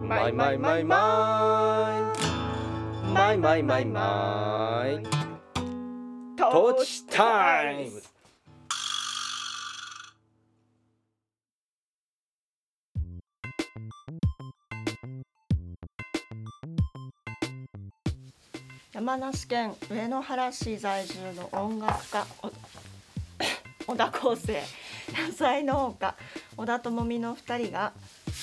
マイマイマイマイマイマイマイマイトーチタイム山梨県上野原市在住の音楽家お 小田康生 野菜農家小田智美の2人が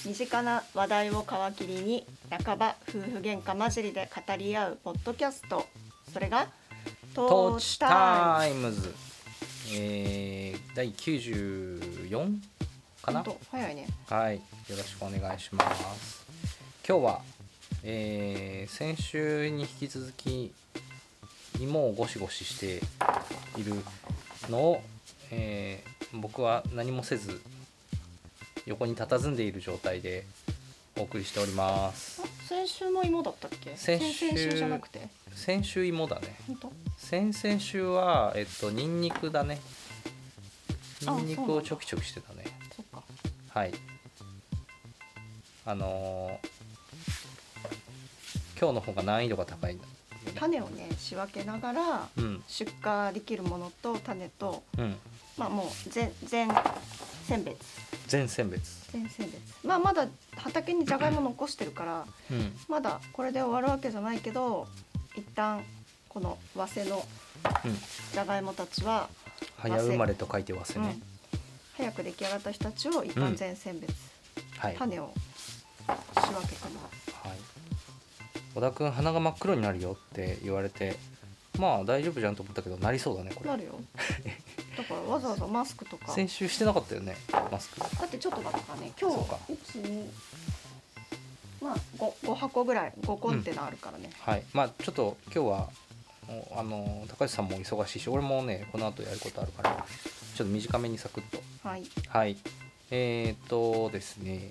身近な話題を皮切りに半ば夫婦喧嘩交じりで語り合うポッドキャストそれが「トーチタイイムズ、えー、第94かム」なほんと早いねはい、よろしくお願いします。今日は、えー先週に引き続き芋をゴシゴシしているのを、えー僕は何もせず横に佇んでいる状態でお送りしておりますあ。先週も芋だったっけ先週々週じゃなくて先週芋だね。本当先々週はえっとニンニクだね。あニンニそうクなをんだちょきちょきしてたね。そっかはい。あのー今日の方が難易度が高いんだ。種をね仕分けながらうん、出荷できるものと種とうん、まあもう全全選別全選別。全選別まあまだ畑にじゃがいも残してるからうん、まだこれで終わるわけじゃないけど一旦この早生のうん、じゃがいもたちは、早生まれと書いて忘れうんね。早く出来上がった人たちを一う旦ん全選別、はい。はい。種を仕分けてます小田君鼻が真っ黒になるよって言われて。まあ大丈夫じゃんと思ったけどなりそうだねこれなるよだからわざわざマスクとか先週してなかったよねマスクだってちょっとだったからねそうか今日一二まあ 5, 5箱ぐらい5コンテナあるからね、はいまあちょっと今日はおあの高橋さんも忙しいし俺もねこの後やることあるからちょっと短めにサクッとはいはい。えー、っとですね。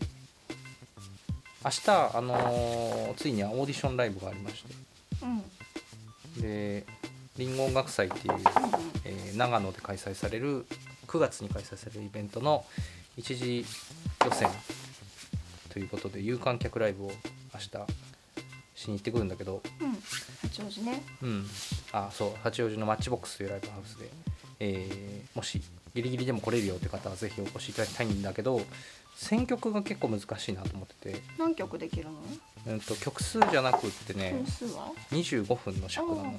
明日、あのーついにオーディションライブがありましうんうんて、で、リンゴ音楽祭っていう、うえー長野で開催される、9月に開催されるイベントの一次予選ということで、有観客ライブを明日しに行ってくるんだけど、んうん八王子ねうん、あそう八王子のマッチボックスというライブハウスで、えーもしギリギリでも来れるよって方はぜひお越しいただきたいんだけど選曲が結構難しいなと思ってて、何曲できるのうん、と曲数じゃなくってね本数は25分の尺なの。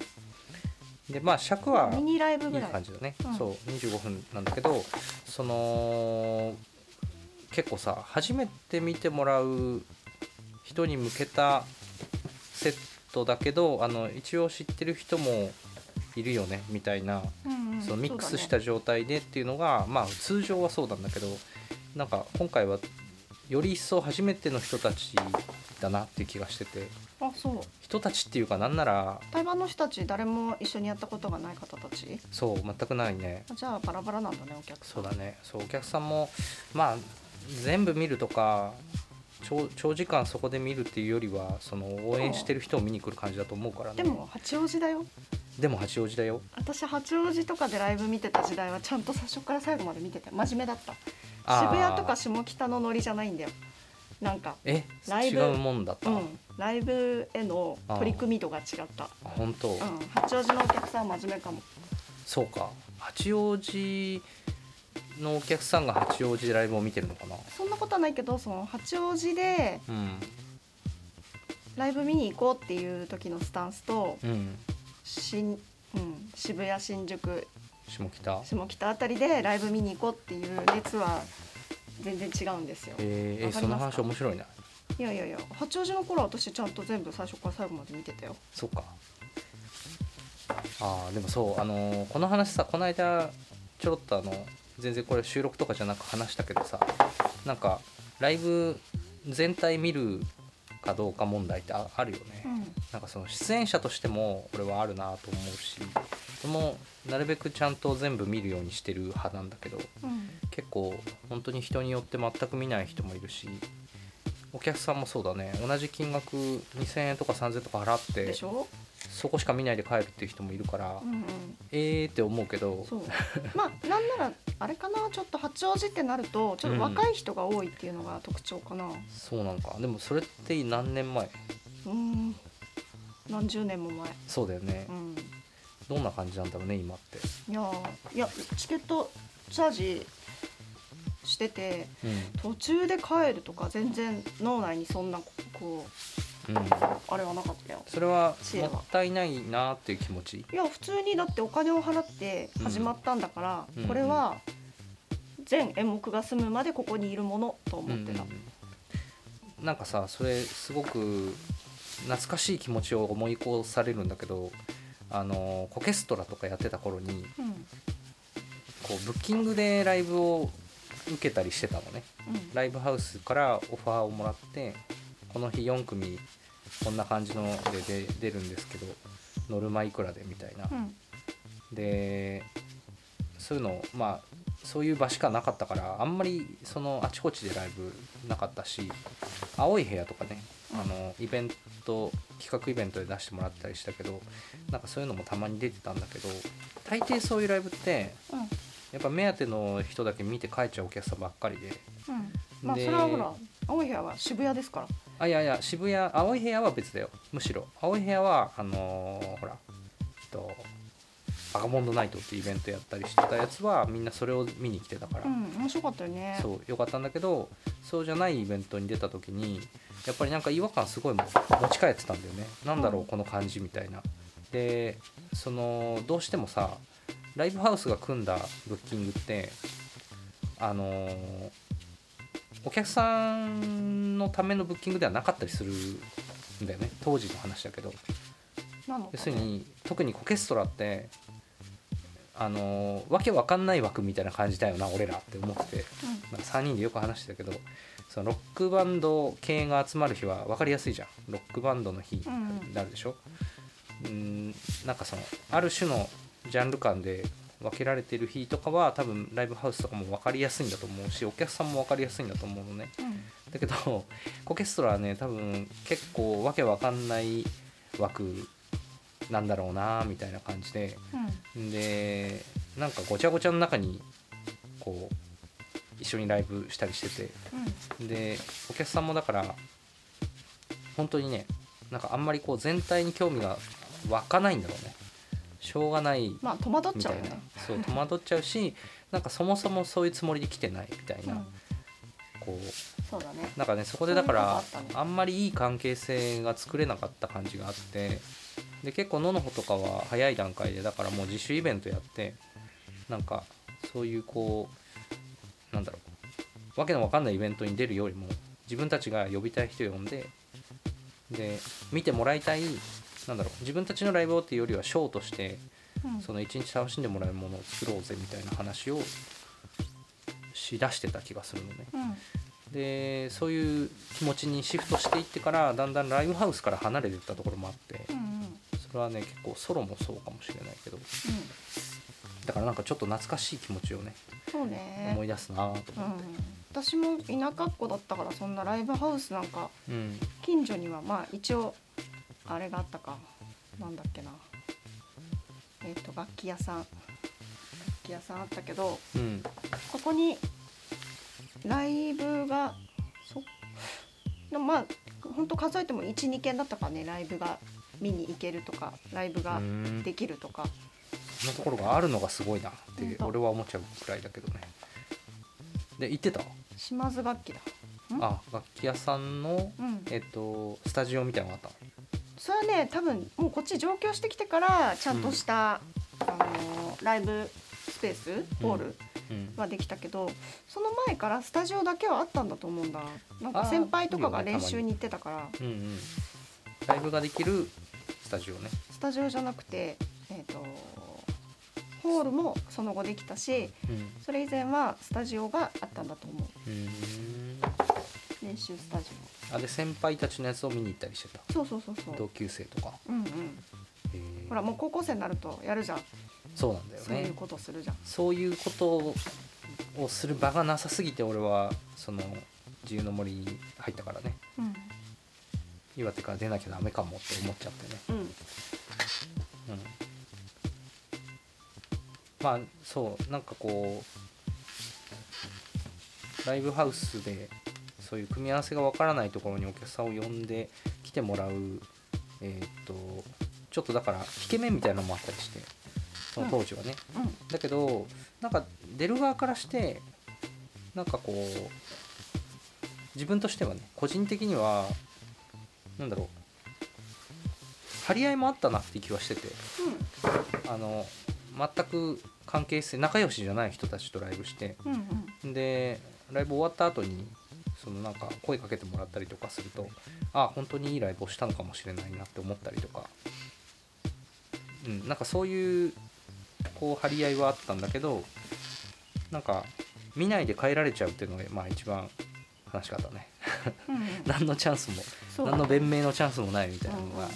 でまあ尺はミニライブいぐいらい感じだね、うんそう25分なんだけどその結構さ初めて見てもらう人に向けたセットだけどあの一応知ってる人もいるよねみたいな、うんうんそのミックスしそうだたね状態でっていうのがまあ通常はそうなんだけどなんか今回はより一層初めての人たちだなっていう気がしててあそう人たちっていうかなんなら台湾の人たち誰も一緒にやったことがない方たちそう全くないねあじゃあバラバラなんだねお客さそんうだねそうお客さんもまあ全部見るとか長長時間そこで見るっていうよりはその応援してる人を見に来る感じだと思うからねでも八王子だよでも八王子だよ私八王子とかでライブ見てた時代はちゃんと最初から最後まで見てて真面目だったあー渋谷とか下北のノリじゃないんだよなんかえライ違ブうもんだっうた、んライブへの取り組み度が違ったあ本当、うん八王子のお客さんは真面目かもそうか八王子のお客さんが八王子でライブを見てるのかなそんなことはないけどその八王子でうんライブ見に行こうっていう時のスタンスとうん新、うん、渋谷新宿下北下北あたりでライブ見に行こうっていう熱は全然違うんですよえーえわかそりのますか話面白いないやいやいや八王子の頃は私ちゃんと全部最初から最後まで見てたよそうかああでもそうあのーこの話さこの間ちょろっとあの全然これ収録とかじゃなく話したけどさなんかライブ全体見るかどうか問題ってああるよね、うんなんかその出演者としても俺はあるなと思うしでもなるべくちゃんと全部見るようにしてる派なんだけどうん結構本当に人によって全く見ない人もいるしお客さんもそうだね同じ金額2,000円とか3,000円とか払ってでしょそこしか見ないで帰るっていう人もいるから、うんうんえーって思うけどそうまあなんならあれかなちょっと八王子ってなるとちょっと若い人が多いっていうのが特徴かなそうなんかでもそれって何年前うん何十年も前そうだよねうんどんな感じなんだろうね今っていやーいやチケットチャージしててうん途中で帰るとか全然脳内にそんなここうんうあれはなかったよそれは知恵もはったいないなっていう気持ちいや普通にだってお金を払って始まったんだから、うんこれは全演目が済むまでここにいるものと思ってた、うんなんかさそれすごく懐かしい気持ちを思い起こされるんだけどあのコケストラとかやってた頃にうんこうブッキングでライブを受けたりしてたのねうんライブハウスからオファーをもらってこの日4組こんな感じのでで出るんですけどノルマいくらでみたいな、うんでそういうのまあそういう場しかなかったからあんまりそのあちこちでライブなかったし青い部屋とかねあのイベント企画イベントで出してもらったりしたけどなんかそういうのもたまに出てたんだけど大抵そういうライブってうんやっぱ目当ての人だけ見て帰っちゃうお客さんばっかりでうんまあでそれはほら青い部屋は渋谷ですからあいやいや渋谷青い部屋は別だよむしろ青い部屋はあのーほらえっと「バカモンドナイト」っていうイベントやったりしてたやつはみんなそれを見に来てたから、うん面白かったよねそうよかったんだけどそうじゃないイベントに出た時にやっぱりなんか違和感すごい持ち帰ってたんだよねなんだろうこの感じみたいなでそのどうしてもさライブハウスが組んだブッキングってあのーお客さんのためのブッキングではなかったりするんだよね当時の話だけどなのか要するに特にコケストラってあのーわけわかんない枠みたいな感じだよな俺らって思っててなんか3人でよく話してたけどそのロックバンド系が集まる日は分かりやすいじゃんロックバンドの日になるでしょ、うんなんかそのある種のジャンル間で分けられてる日とかは多分ライブハウスとかも分かりやすいんだと思うしお客さんも分かりやすいんだと思うのねうんだけどコケストラはね多分結構わけわかんない枠なんだろうなみたいな感じでうんでなんかごちゃごちゃの中にこう一緒にライブしたりしてうんてでお客さんもだから本当にねなんかあんまりこう全体に興味が湧かないんだろうねしょうがないまあ戸惑っみちゃたういよなねそう戸惑っちゃうしなんかそもそもそういうつもりで来てないみたいな、うんこうそうだねなんかねそこでだからそういうことがあったねあんまりいい関係性が作れなかった感じがあってで結構ののほとかは早い段階でだからもう自主イベントやってなんかそういうこうなんだろうわけのわかんないイベントに出るよりも自分たちが呼びたい人呼んでで見てもらいたいなんだろう自分たちのライブをっていうよりはショーとしてうんその一日楽しんでもらえるものを作ろうぜみたいな話をしだしてた気がするのね。うんでそういう気持ちにシフトしていってからだんだんライブハウスから離れていったところもあってうんうんそれはね結構ソロもそうかもしれないけどだからなんかちょっと懐かしい気持ちをねそうね思い出すなぁとう思って、ん、私も田舎っ子だったからそんなライブハウスなんかうん、近所にはまあ一応あれがあったかなんだっけなえっ、と楽器屋さん楽器屋さんあったけどうん、ここにライブがそでもまあ本当数えても12軒だったからねライブが見に行けるとかライブうがんできるとか、そのところがあるのがすごいなっ本て当俺は思っちゃうくらいだけどねで行ってた島津楽器だんあ楽器屋さんのうんえっとスタジオみたいなのがあっそれはね多分もうこっち上京してきてからちゃんとした、あのーライブスペースホールたの、うん、はできたけど、その前からスタジオだけはあったんだと思うんだなんあかー先輩とかがいいよねたま練に習に行ってたからうんうんライブができるスタジオねスタジオじゃなくて、えー、とホールもその後できたしうんそれ以前はスタジオがあったんだと思ううん練習スタジあで先輩たちのやつを見に行ったりしてたオそうそうそうそ同う級生とかうんうんへーほらもう高校生になるとやるじゃん、そうなんだよそういねうことするじゃんそういうことをする場がなさすぎて俺はその自由の森に入ったからねうん岩手から出なきゃダメかもって思っちゃってね、うんうん、まあそうなんかこうライブハウスでそういう組み合わせがわからないところにお客さんを呼んで来てもらうえーっとちょっとだから引け目みたいなのもあったりしてその当時はね、うんだけどなんか出る側からしてなんかこう自分としてはね個人的にはなんだろう張り合いもあったなっていう気はしててあの全く関係性仲良しじゃない人たちとライブしてうんうんでライブ終わった後にそのなんか声かけてもらったりとかするとあ本当にいいライブをしたのかもしれないなって思ったりとか、うん、なんかそういうこう張り合いはあったんだけどなんか見ないで帰られちゃうっていうのがまあ一番悲しかったね うんうん何のチャンスもそう何の弁明のチャンスもないみたいなのが、うんうん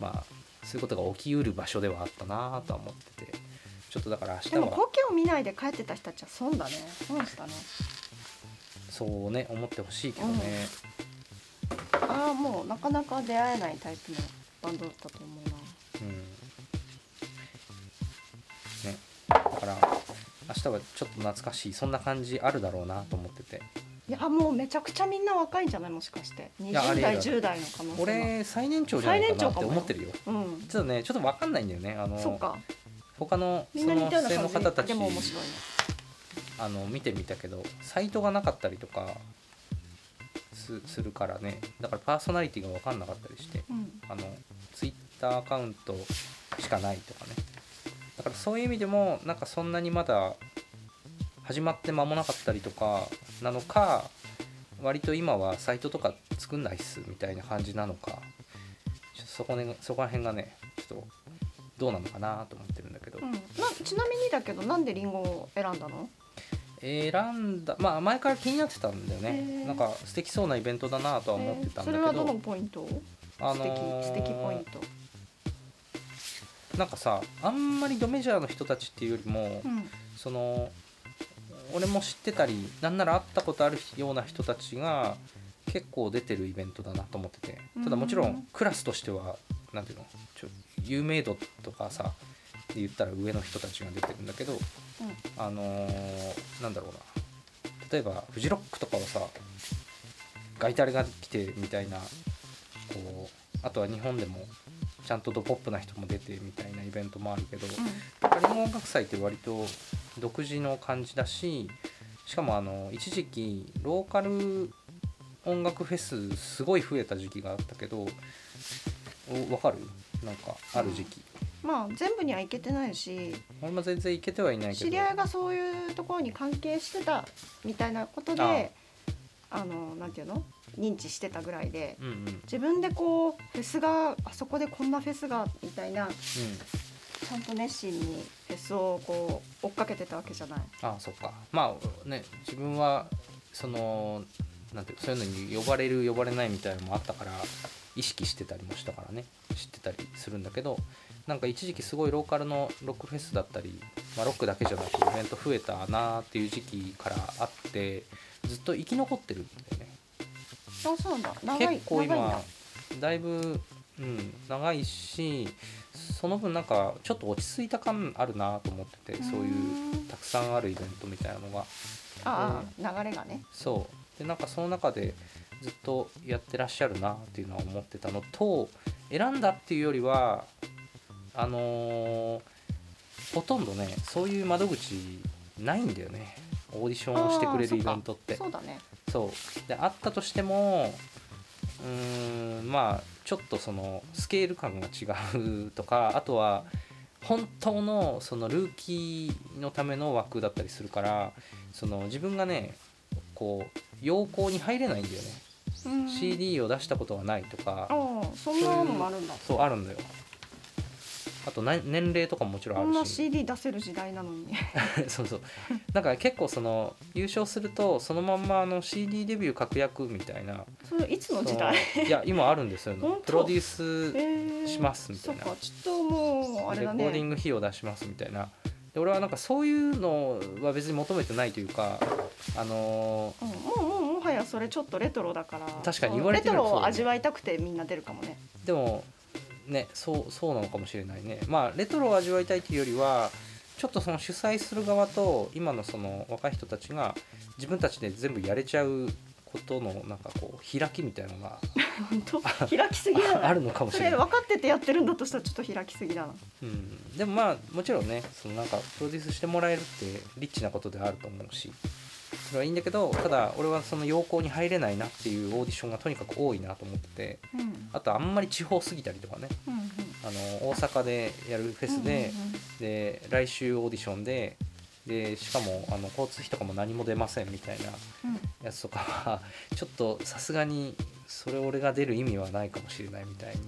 まあそういうことが起きうる場所ではあったなとは思っててちょっとだからで明も日は光景を見ないで帰ってた人たちは損だね損したねそうね思ってほしいけどね、ああもうなかなか出会えないタイプのバンドだったと思うなうんね、だから明日はちょっと懐かしいそんな感じあるだろうなと思ってていやもうめちゃくちゃみんな若いんじゃないもしかして20やありえ代る10代の可能性俺最年長じゃないかなって思ってるよもちょっとねちょっと分かんないんだよねあうんそうのか他のみそんな似のたよう女な性の方た感じちでも面白いねあの見てみたけどサイトがなかったりとかすするからねだからパーソナリティが分かんなかったりしてうんあのツイッターアカウントしかないとかねだからそういう意味でもなんかそんなにまだ始まって間もなかったりとかなのか割と今はサイトとか作んないっすみたいな感じなのかちょっとそこ,、ね、そこら辺がねちょっとどうなのかなと思ってるんだけど、うんなちなみにだけどなんでリンゴを選んだの選んだまあ前から気になってたんだよへねーなんか素敵そうなイベントだなとは思ってたんだけど、えーそれはどのポイントあのー素敵素敵ポイントなんかさあんまりドメジャーの人たちっていうよりも、うんその俺も知ってたりなんなら会ったことあるような人たちが結構出てるイベントだなと思っててただもちろうんんクラスとしてはなんていうのちょ有名度とかさで言ったら上の人たちが出てるんだけどあのーなんだろうな例えばフジロックとかはさガイタレが来てみたいなこうあとは日本でもちゃんとドポップな人も出てみたいなイベントもあるけど、パリンゴ音楽祭って割と独自の感じだししかもあの一時期ローカル音楽フェスすごい増えた時期があったけどおわかるなんかある時期、うんまあ全部には行けてないし俺も全然行けてはいないけど知り合いがそういうところに関係してたみたいなことでああのなんていうの認知してたぐらいでうんうんうん自分でこうフェスがあそこでこんなフェスがみたいなちゃんと熱心にフェスをこう追っかけてたわけじゃない。あそっかまあね自分はそのなんていうかそういうのに呼ばれる呼ばれないみたいなのもあったから意識してたりもしたからね知ってたりするんだけどなんか一時期すごいローカルのロックフェスだったり、まあ、ロックだけじゃなくてイベント増えたなっていう時期からあってずっと生き残ってるんだよねそうそうなんだ長い結構長いんだ今。だいぶ、うん、長いしその分なんかちょっと落ち着いた感あるなと思っててそういうーんたくさんあるイベントみたいなのがああ流れがね。そうでなんかその中でずっとやってらっしゃるなっていうのは思ってたのと選んだっていうよりはあのーほとんどねそういう窓口ないんだよねオーディションをしてくれあるーイそベっかントってそうだね。そうであったとしてもうーんまあちょっとそのスケール感が違うとかあとは本当のそのルーキーのための枠だったりするからその自分がねこう要項に入れないんだよね、うーん CD を出したことがないとかああそんなのもあるんだ。そうあるんだよあとな年齢とかももちろんあこるしんな CD 出せる時代なのに。 そうそうなんか結構その優勝するとそのまんまあの CD デビュー確約みたいなそれいつの時代？そのいや今あるんですよ本当プロデュー えーしますみたいなそっかちょっともうあスれレコだーディね。ング費用出しますみたいなで俺はなんかそういうのは別に求めてないというかあのうん、もうもうもはやそれちょっとレトロだから確かに言われてみれレトばそうだロをね味わいたくてみんな出るかもねーでもねそうそうなのかもしれないねまあレトロを味わいたいというよりはちょっとその主催する側と今のその若い人たちが自分たちで全部やれちゃうことのなんかこう開きみたいなのが本当開きすぎだあ なあるのかもしそれれない、分かっててやってるんだとしたらちょっと開きすぎだなうん、でもまあもちろんねそのなんかプロデュースしてもらえるってリッチなことではあると思うしそれはいいんだけどただ俺はその要項に入れないなっていうオーディションがとにかく多いなと思っててうんうんあとあんまり地方過ぎたりとかねうんあの大阪でやるフェスで、で来週オーディションででしかもあの交通費とかも何も出ませんみたいなうんうんやつとかはちょっとさすがにそれ俺が出る意味はないかもしれないみたいに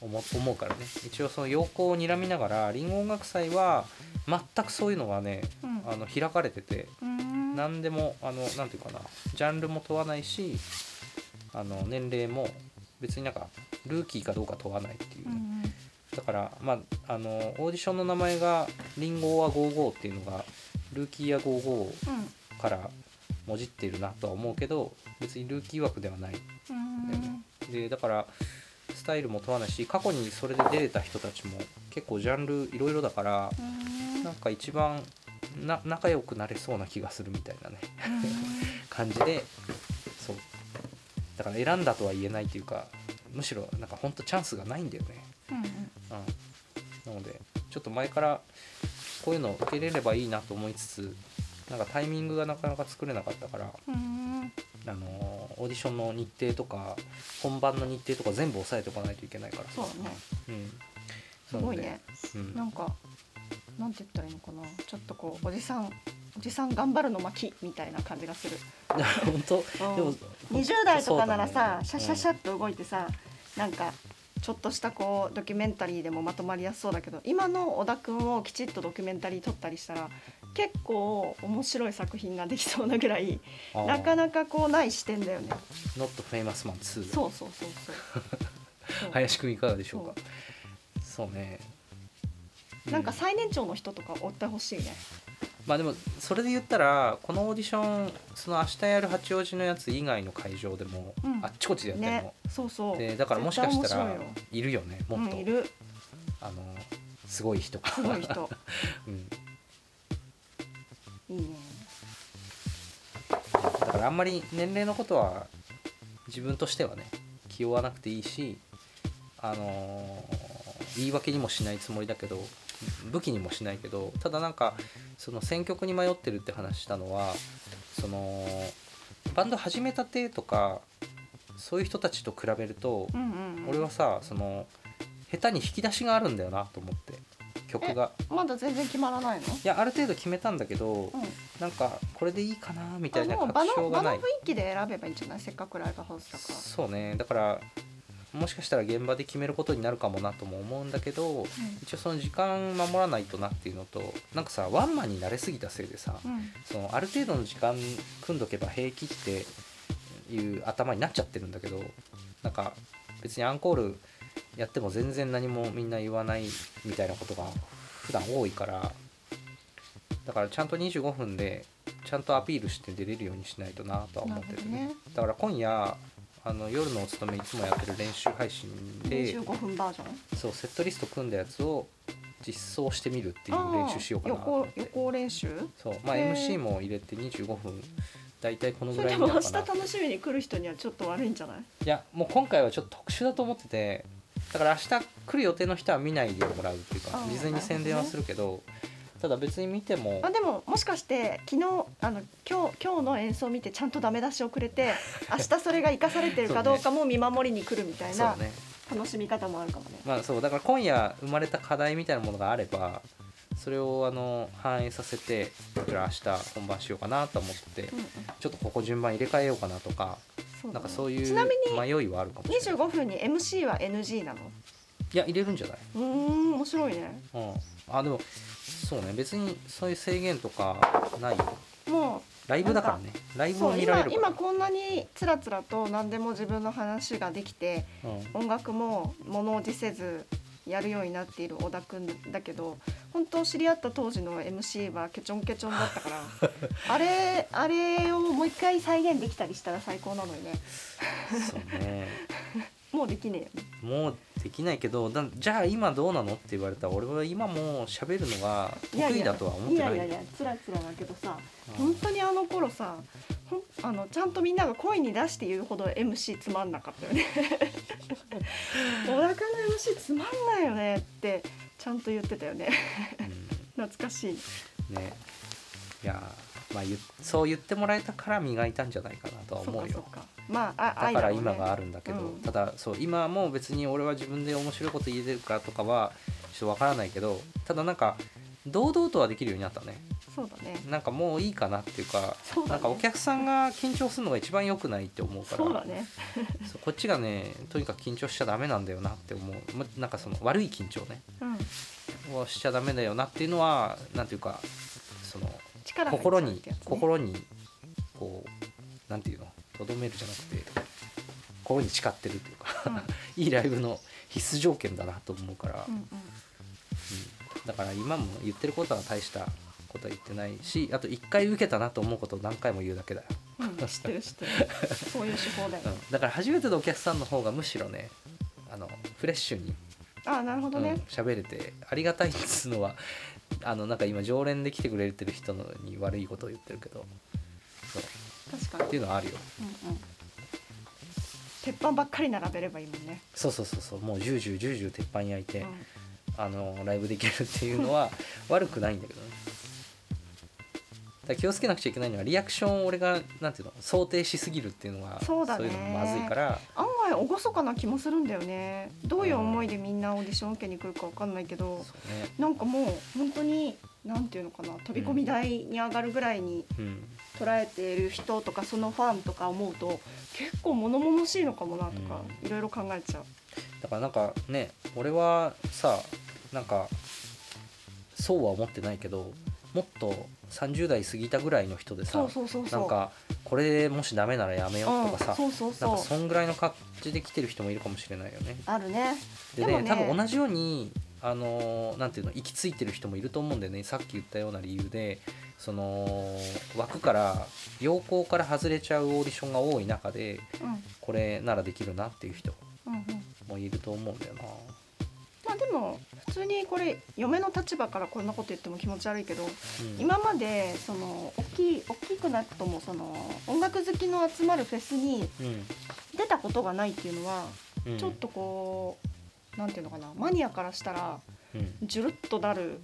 思思うからね一応その要項を睨みながらリンゴ音楽祭は全くそういうのがねうんあの開かれててうんうん何でもあのなんていうかなジャンルも問わないしあの年齢も別になんかルーキーかどうか問わないっていううね、んだから、まあ、あのオーディションの名前が「リンゴは55」っていうのがルーキーや55うんからもじっているなとは思うけど別にルーキー枠ではないうんでだからスタイルも問わないし過去にそれで出れた人たちも結構ジャンルいろいろだからうんなんか一番な仲良くなれそうな気がするみたいなね感じでそうだから選んだとは言えないというかむしろなんかほんとチャンスがないんだよね。うんうん、なのでちょっと前からこういうのを受けれればいいなと思いつつなんかタイミングがなかなか作れなかったから、うんあのーオーディションの日程とか本番の日程とか全部押さえておかないといけないからさそうねうん、すごいねなので、う、なんんかなんて言ったらいいのかなちょっとこうおじさんおじさん頑張るの巻みたいな感じがする 本当でも20代とかならさ、シそうだねャシャシャっと動いてさなんかちょっとしたこうドキュメンタリーでもまとまりやすそうだけど今の小田君をきちっとドキュメンタリー撮ったりしたら結構面白い作品ができそうなぐらいなかかなかこうない視点だよね。 「Not Famous Man 2」そうそうそうそうそう。林くんいかがでしょうかそうねなんかう最年長の人とか追ってほしいね。まあでもそれで言ったらこのオーディションその明日やる八王子のやつ以外の会場でも、うんあっちこっちでやってるねの、、そうそう。でだからもしかしたら絶対面いるよねもっ白と、いようん、いるあのすごい人がすごい人 うん、いいね。だからあんまり年齢のことは自分としてはね気負わなくていいし、あのー言い訳にもしないつもりだけど武器にもしないけどただなんかその選曲に迷ってるって話したのはそのバンド始めたてとかそういう人たちと比べるとうんうん、うん。俺はさその下手に引き出しがあるんだよなと思って曲が。まだ全然決まらないの。いやある程度決めたんだけどうん。なんかこれでいいかなみたいなあもう場確証のが場なのい雰囲気で選べばいいんじゃないせっかくライブハウスだから。そうねだからもしかしたら現場で決めることになるかもなとも思うんだけど一応その時間守らないとなっていうのとなんかさワンマンに慣れすぎたせいでさうんうんそのある程度の時間組んどけば平気っていう頭になっちゃってるんだけどなんか別にアンコールやっても全然何もみんな言わないみたいなことが普段多いからだからちゃんと25分でちゃんとアピールして出れるようにしないとなとは思っててなるねほどねだから今夜あの夜のお勤めいつもやってる練習配信で25分バージョン。そうセットリスト組んだやつを実装してみるっていう練習しようかなあとー思っ予行て予行練習。そうまあへー MC も入れて25分大体このそぐれらでいになも明る日かな楽しみに来る人にはちょっと悪いんじゃない？いやもう今回はちょっと特殊だと思っててだから明日来る予定の人は見ないでもらうっていうかあー事前に宣伝はするけどただ別に見てもまあでももしかして昨日あの今日今日の演奏を見てちゃんとダメ出しをくれて 明日それが生かされてるかどうかも見守りに来るみたいそなうね楽しみ方もあるかもね。まあそうだから今夜生まれた課題みたいなものがあればそれをあの反映させて僕ら明日本番しようかなと思っててうんうんちょっとここ順番入れ替えようかなとかそうなだんねかそういちなうみに迷いはあるかもしれない25分に MC は NG なの。いや入れるんじゃないうーん面白いね。うん、あでもそうね別にそういう制限とかないよもうライブだからねライブそをう見られ今るから今こんなにつらつらと何でも自分の話ができてうん音楽も物おじせずやるようになっている小田君だけど本当知り合った当時の MC はケチョンケチョンだったから あれあれをもう一回再現できたりしたら最高なのにねそうねもうできねえよもうできないけどだじゃあ今どうなのって言われたら俺は今もう喋るのが得意だとは思ってないいやいやいやつらつらだけどさ本当にあの頃さほんあのちゃんとみんなが声に出して言うほど MC つまんなかったよね 小田君の MC つまんないよねってちゃんと言ってたよね懐かしいうんねいやまあ言っそう言ってもらえたから磨いたんじゃないかなとはそ思っうかそよっかまあだあから今があるるんだけど、うんただそう今はもう別に俺は自分で面白いこと言えてるかとかはちょっとわからないけどただなんか堂々とはできるようになったねそうだねなんかもういいかなっていうかそうなだねんかお客さんが緊張するのが一番良くないって思うからそうだねそうこっちがねとにかく緊張しちゃダメなんだよなって思うむなんかその悪い緊張ねうんをしちゃダメだよなっていうのはなんていうかその力入っちゃ心うっにてやつね心にこうなんていうのとどめるじゃなくて心に誓ってるというかいいライブの必須条件だなと思うから、ううんうんんだから今も言ってることは大したことは言ってないしあと一回受けたなと思うことを何回も言うだけだよ、 うんうん知ってる知ってるそういう手法だようん、だから初めてのお客さんの方がむしろねあのフレッシュにあなるほ どうんね喋、れてありがたいっつうのはあのなんか今常連で来てくれてる人のに悪いことを言ってるけどそう確かっにていうのはあるようんうん鉄板ばっかり並べればいいもんねそうそうそうそうもうジュージュージュージュー鉄板焼いて、うんあのライブできるっていうの は悪くないんだけどねだから気をつけなくちゃいけないのはリアクションを俺がなんていうの想定しすぎるっていうのはそうだねいうのもまずいから案外厳かな気もするんだよねどういう思いでみんなオーディション受けに来るかわかんないけどそうねなんかもう本当になんていうのかな飛び込み台に上がるぐらいにうん捉えている人とかそのファンとか思うと結構物々しいのかもなとかいろいろ考えちゃう。だからなんかね俺はさなんかそうは思ってないけどもっと30代過ぎたぐらいの人でそさうそうそうそう。なんかこれもしダメならやめよううんとかさそうそうなんそうか。そんぐらいの感じで来てる人もいるかもしれないよね。あるね。ででねもね多分同じようにあのーなんていうの行き着いてる人もいると思うんだよねさっき言ったような理由でその枠から要項から外れちゃうオーディションが多い中でうんこれならできるなっていう人うんうん。もいると思うんだよな。まあでも普通にこれ嫁の立場からこんなこと言っても気持ち悪いけどうん今までその大きい大きくなくともその音楽好きの集まるフェスにうん出たことがないっていうのはうんちょっとこうなんていうのかなマニアからしたらうんジュルッとなる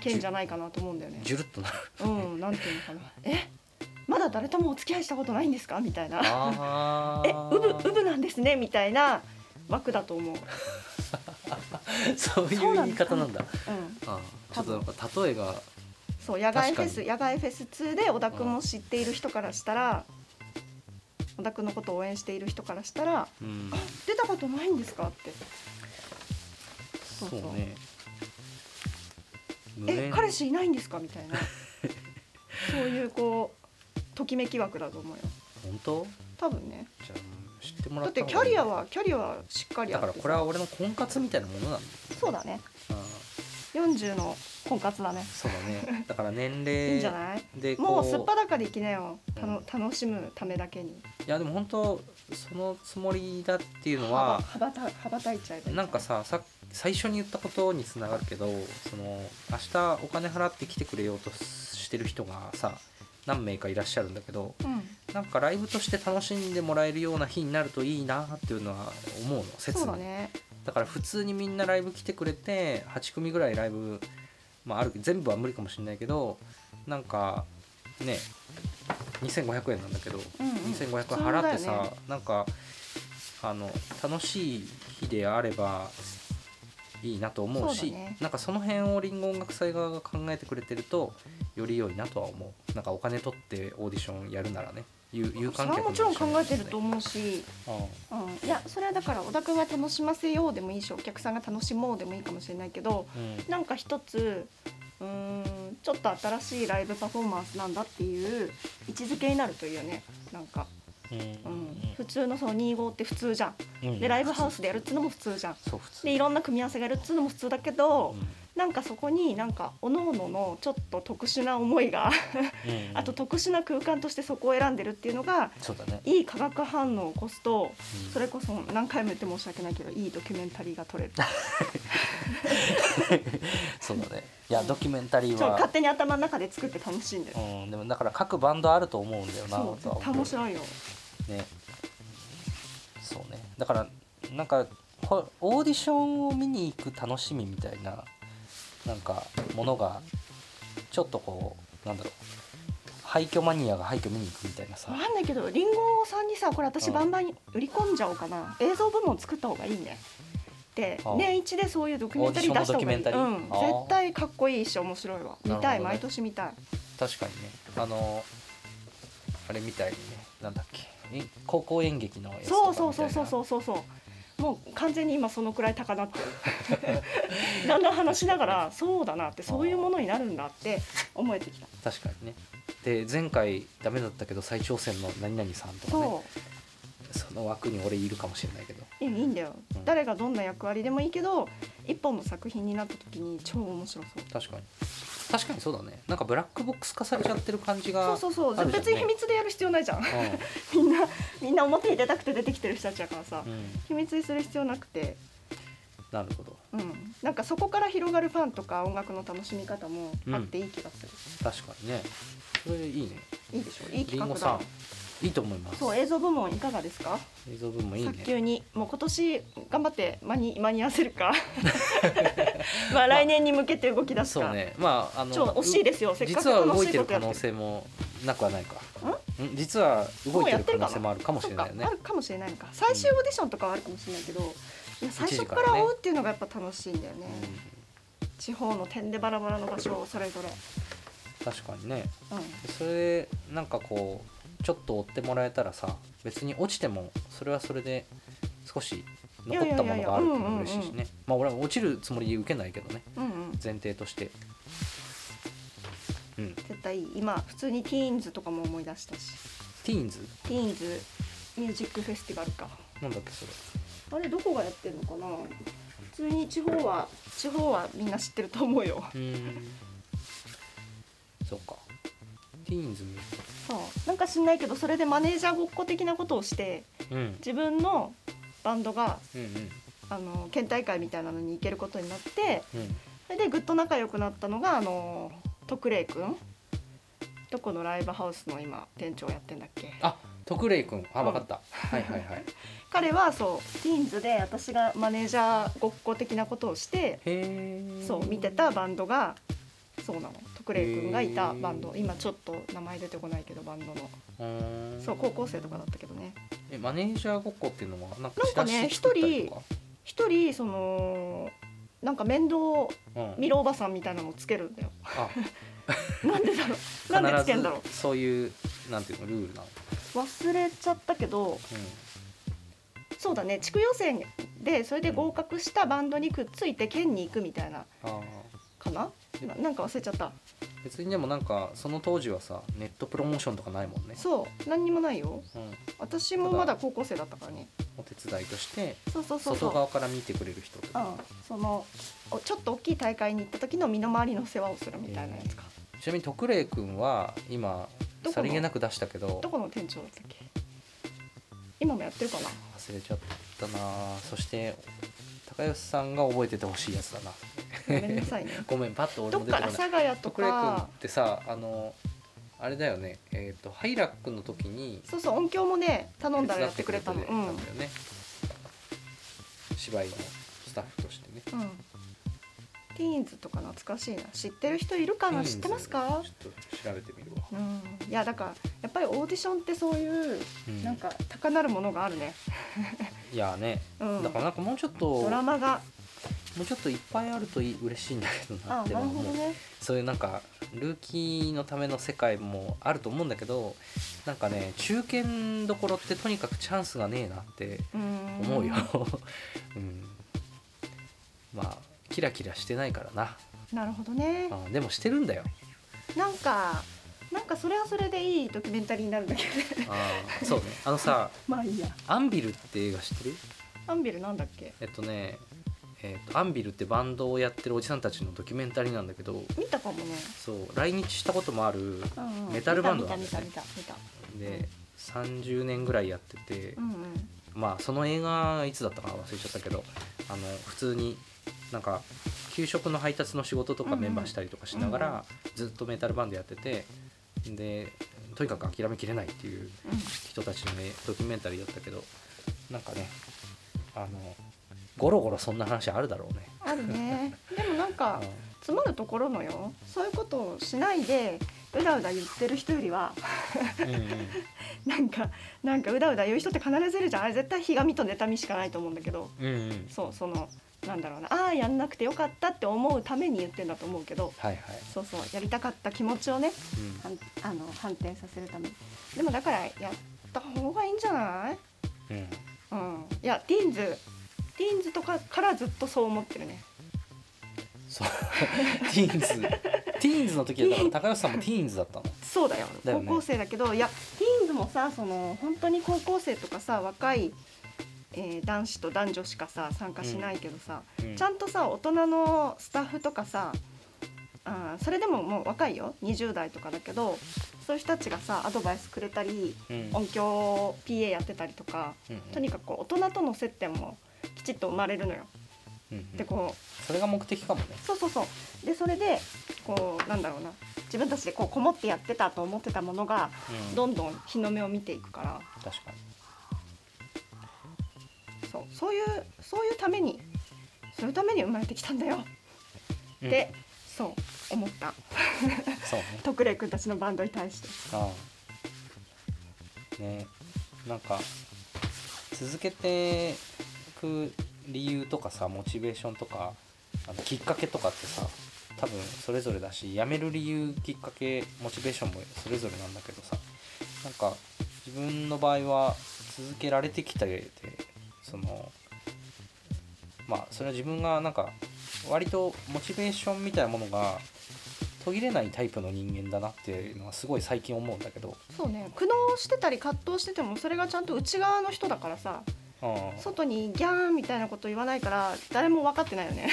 件じゃないかなと思うんだよね。ジュルッとなるうん、なんていうのかなえまだ誰ともお付き合いしたことないんですかみたいなあ えウブウブなんですねみたいな枠だと思う。そういう言い方なんだうんあーちょっとなんか例えがそう野外フェス確野外フェス2で小田君も知っている人からしたら小田君のことを応援している人からしたらうんあ出たことないんですかってそうそうね無え縁彼氏いないんですか みたいなそういうこうときめき枠だと思うよ本当多分ねじゃあ知ってもらだっったて方がキャいいリアはキャリアはしっかりあだっかてらこれは俺の婚活みたいなものなんだそうだねあー40の婚活だねそうだ ねだから年い齢いんじゃないでこうもうすっぱだかでいきなよたうの楽しむためだけにいやでも本当そのつもりだっていうの羽ばは羽ばた羽ばたいちゃえばいいなんかささ最初に言ったことにつながるけどその明日お金払って来てくれようとしてる人がさ何名かいらっしゃるんだけどうんなんかライブとして楽しんでもらえるような日になるといいなっていうのは思うの切そうにだねだから普通にみんなライブ来てくれて8組ぐらいライブ、まあ、ある全部は無理かもしれないけどなんかね2500円なんだけど、うんうん2500円払ってそうさ、だよねなんかあの楽しい日であればいいなと思うそしうだねなんかその辺をリンゴ音楽祭側が考えてくれてるとより良いなとは思うなんかお金取ってオーディションやるならね有有そ観れは客もちろん考えてると思思うし、うん、いやそれはだから小田君は楽しませようでもいいしお客さんが楽しもうでもいいかもしれないけどなんか一つうーんちょっと新しいライブパフォーマンスなんだっていう位置づけになるといいよねなんか、うんうん、普通のその25って普通じゃんうんでライブハウスでやるっつうのも普通じゃんそう普通でいろんな組み合わせがやるっつうのも普通だけど、なんかそこになんか各々のちょっと特殊な思いがうんうんあと特殊な空間としてそこを選んでるっていうのがそうだね、いい化学反応を起こすとうんそれこそ何回も言って申し訳ないけどいいドキュメンタリーが撮れるちょそうだねいやドキュメンタリっーとは勝手に頭の中で作って楽しんでるうん、でもだから各バンドあると思うんだよなそうとは絶思対面白いよねそうねだからなんかこオーディションを見に行く楽しみみたいななんかものがちょっとこうなんだろう廃墟マニアが廃墟見に行くみたいなさわかんないけどリンゴさんにさこれ私うんバンバン売り込んじゃおうかな映像部門作った方がいいねであ年一でそういうドキュメンタリー出した方がいオーい、ディションうのドキュメンん、タリーあー絶対かっこいいし面白いわ見なるたほどい、ね毎年見たい確かにねあのあれみたいにねなんだっけえ高校演劇のやつとかそうみたいそうなそうそうそうそうそうもう完全に今そのくらい高 なってるだんだん話しながらそうだなってそういうものになるんだって思えてきた確かにねで前回ダメだったけど再挑戦の何々さんとかねそうその枠に俺いるかもしれないけどいやいいんだよ、うん誰がどんな役割でもいいけど一本の作品になった時に超面白そう確かに確かにそうだねなんかブラックボックス化されちゃってる感じそうがそうそう、あるじゃん別に秘密でやる必要ないじゃんみんなみんな表に出たくて出てきてる人たちだからさ、うん、うん、秘密にする必要なくてなるほどうんなんかそこから広がるファンとか音楽の楽しみ方もあっていい気がする、確かにねそれいいねいいでしょいいり企ん画ごさだんいいと思いますそう映像部門いかがですか映像部もいいね早急にもう今年頑張って間に 間に合わせ るかまあ来年に向けて動き出すか、そうねまああの超惜しいですよせっかく実は楽動しいいてること可やって能る性もなくはないかん実は動いてる可能性もあるかもしれないよねそうかあるかもしれないのか最終オーディションとかはあるかもしれないけど、いや最初から追うっていうのがやっぱ楽しいんだよね地方の点でバラバラの場所をそれぞれ、うん確かにねうん、それなんかこうちょっと追ってもらえたらさ別に落ちてもそれはそれで少し残ったものがあるっていうのも嬉しいしいやいやいやうんうんうねまあ俺は落ちるつもりで受けないけどねうんうん前提としてうん絶対いい今普通にティーンズとかも思い出したしティーンズティーンズミュージックフェスティバルかなんだっけそれあれどこがやってるのかな普通に地方は地方はみんな知ってると思うようーんそうかティーンズ見るそうなんか知んないけどそれでマネージャーごっこ的なことをしてうんうん自分のバンドがうんあの県大会みたいなのに行けることになってうんそれでぐっと仲良くなったのがあの徳礼くんどこのライブハウスの今店長やってんだっけあ徳礼君あうん分かったはいはい はい彼はそうティーンズで私がマネージャーごっこ的なことをしてへえそう見てたバンドがそうなの徳礼くんがいたバンド今ちょっと名前出てこないけどバンドのそう高校生とかだったけどねえマネージャーごっこっていうのはなんかなんかねチラシ作ったりとか一人そのなんか面倒うん見るおばさんみたいなのをつけるんだよあ なんでだろうなんでつけんだろ必ずそういうなんていうのルールなの、う忘れちゃったけどそうだね地区予選でそれで合格したバンドにくっついて県に行くみたいなうん、あかなななんか忘れちゃったー別にでもなんかその当時はさネットプロモーションとかないもんね、そう何にもないようん、私もまだ高校生だったからねお手伝いとしてそうそうそうそ外う側から見てくれる人とうかん、そのおちょっと大きい大会に行った時の身の回りの世話をするみたいなやつか、ちなみに徳礼君は今どこのさりげなく出したけどどこの店長だったっけ今もやってるかな忘れちゃったなそして高吉さんが覚えててほしいやつだなごめんなさ いねごめんパッと俺どもっ出てこか阿ない佐ヶ谷と徳礼君っかてさあのあれだよねえっ、とハイラックの時にそうそう音響もね頼んだらやってくれたの手う伝ん、っうてくれたんだよね、芝居のスタッフとしてねん、ティーンズとか懐かしいな知ってる人いるかな知ってますかちょっと調べてみるわ、うん、いやだからやっぱりオーディションってそういうなんか高なるものがあるね、いやね、うん、だからなんかもうちょっとドラもマがうちょっといっぱいあるといい嬉しいんだけどなあってなる思ほうどねそういうなんかルーキーのための世界もあると思うんだけどなんかね中堅どころってとにかくチャンスがねえなってうん思うよ、うんまあキラキラしてないからななるほどねあでもしてるんだよなんかなんかそれはそれでいいドキュメンタリーになるんだけどねあーそうねあのさ まあいいやアンビルって映画知ってるアンビルなんだっけえっとねえーとアンビルってバンドをやってるおじさんたちのドキュメンタリーなんだけど見たかもね、そう来日したこともあるうんうん、メタルバンド見たなん見だたよね見た見たで30年ぐらいやってて、うんうんまあその映画いつだったかな忘れちゃったけどあの普通になんか給食の配達の仕事とかメンバーしたりとかしながらずっとメタルバンドやっててでとにかく諦めきれないっていううん人たちの、ね、ドキュメンタリーだったけどなんかねあのゴロゴロそんな話あるだろうね。ある ねでもなんか詰まるところのよそういうことをしないでうだうだ言ってる人よりは うんうんなんかなんかうだうだ言う人って必ずいるじゃんあれ絶対ひがみと妬みしかないと思うんだけどうんうんうんそうそのなんだろうなああーやんなくてよかったって思うために言ってんだと思うけどはいはい、そうそうやりたかった気持ちをねうんはんあの反転させるためにでもだからやった方がいいんじゃないうんうんいやティーンズティーンズとかからずっとそう思ってるねそう ティーンズティーンズの時はだから高橋さんもティーンズだったの。そうだよだよね高校生だけどいやティーンズもさその本当に高校生とかさ若い、えー男子と男女しかさ参加しないけどさ、うんちゃんとさ大人のスタッフとかさあーそれでももう若いよ20代とかだけどそういう人たちがさアドバイスくれたりうん音響 PA やってたりとかうんとにかくこう大人との接点もきちっと生まれるのよ。うんうんでこうそれが目的かもね。そうそうそうでそれでこうなんだろうな自分たちでこうこもってやってたと思ってたものがうんどんどん日の目を見ていくから確かに。そうそういうそういうためにそういうために生まれてきたんだようんって、そう思ったそうね。徳礼君たちのバンドに対してああねなんか続けてく理由とかさモチベーションとかあのきっかけとかってさ多分それぞれだし辞める理由きっかけモチベーションもそれぞれなんだけどさなんか自分の場合は続けられてきたてそのまあそれは自分がなんか割とモチベーションみたいなものが途切れないタイプの人間だなっていうのはすごい最近思うんだけど、そうね苦悩してたり葛藤しててもそれがちゃんと内側の人だからさうん、外にギャーンみたいなこと言わないから誰も分かってないよね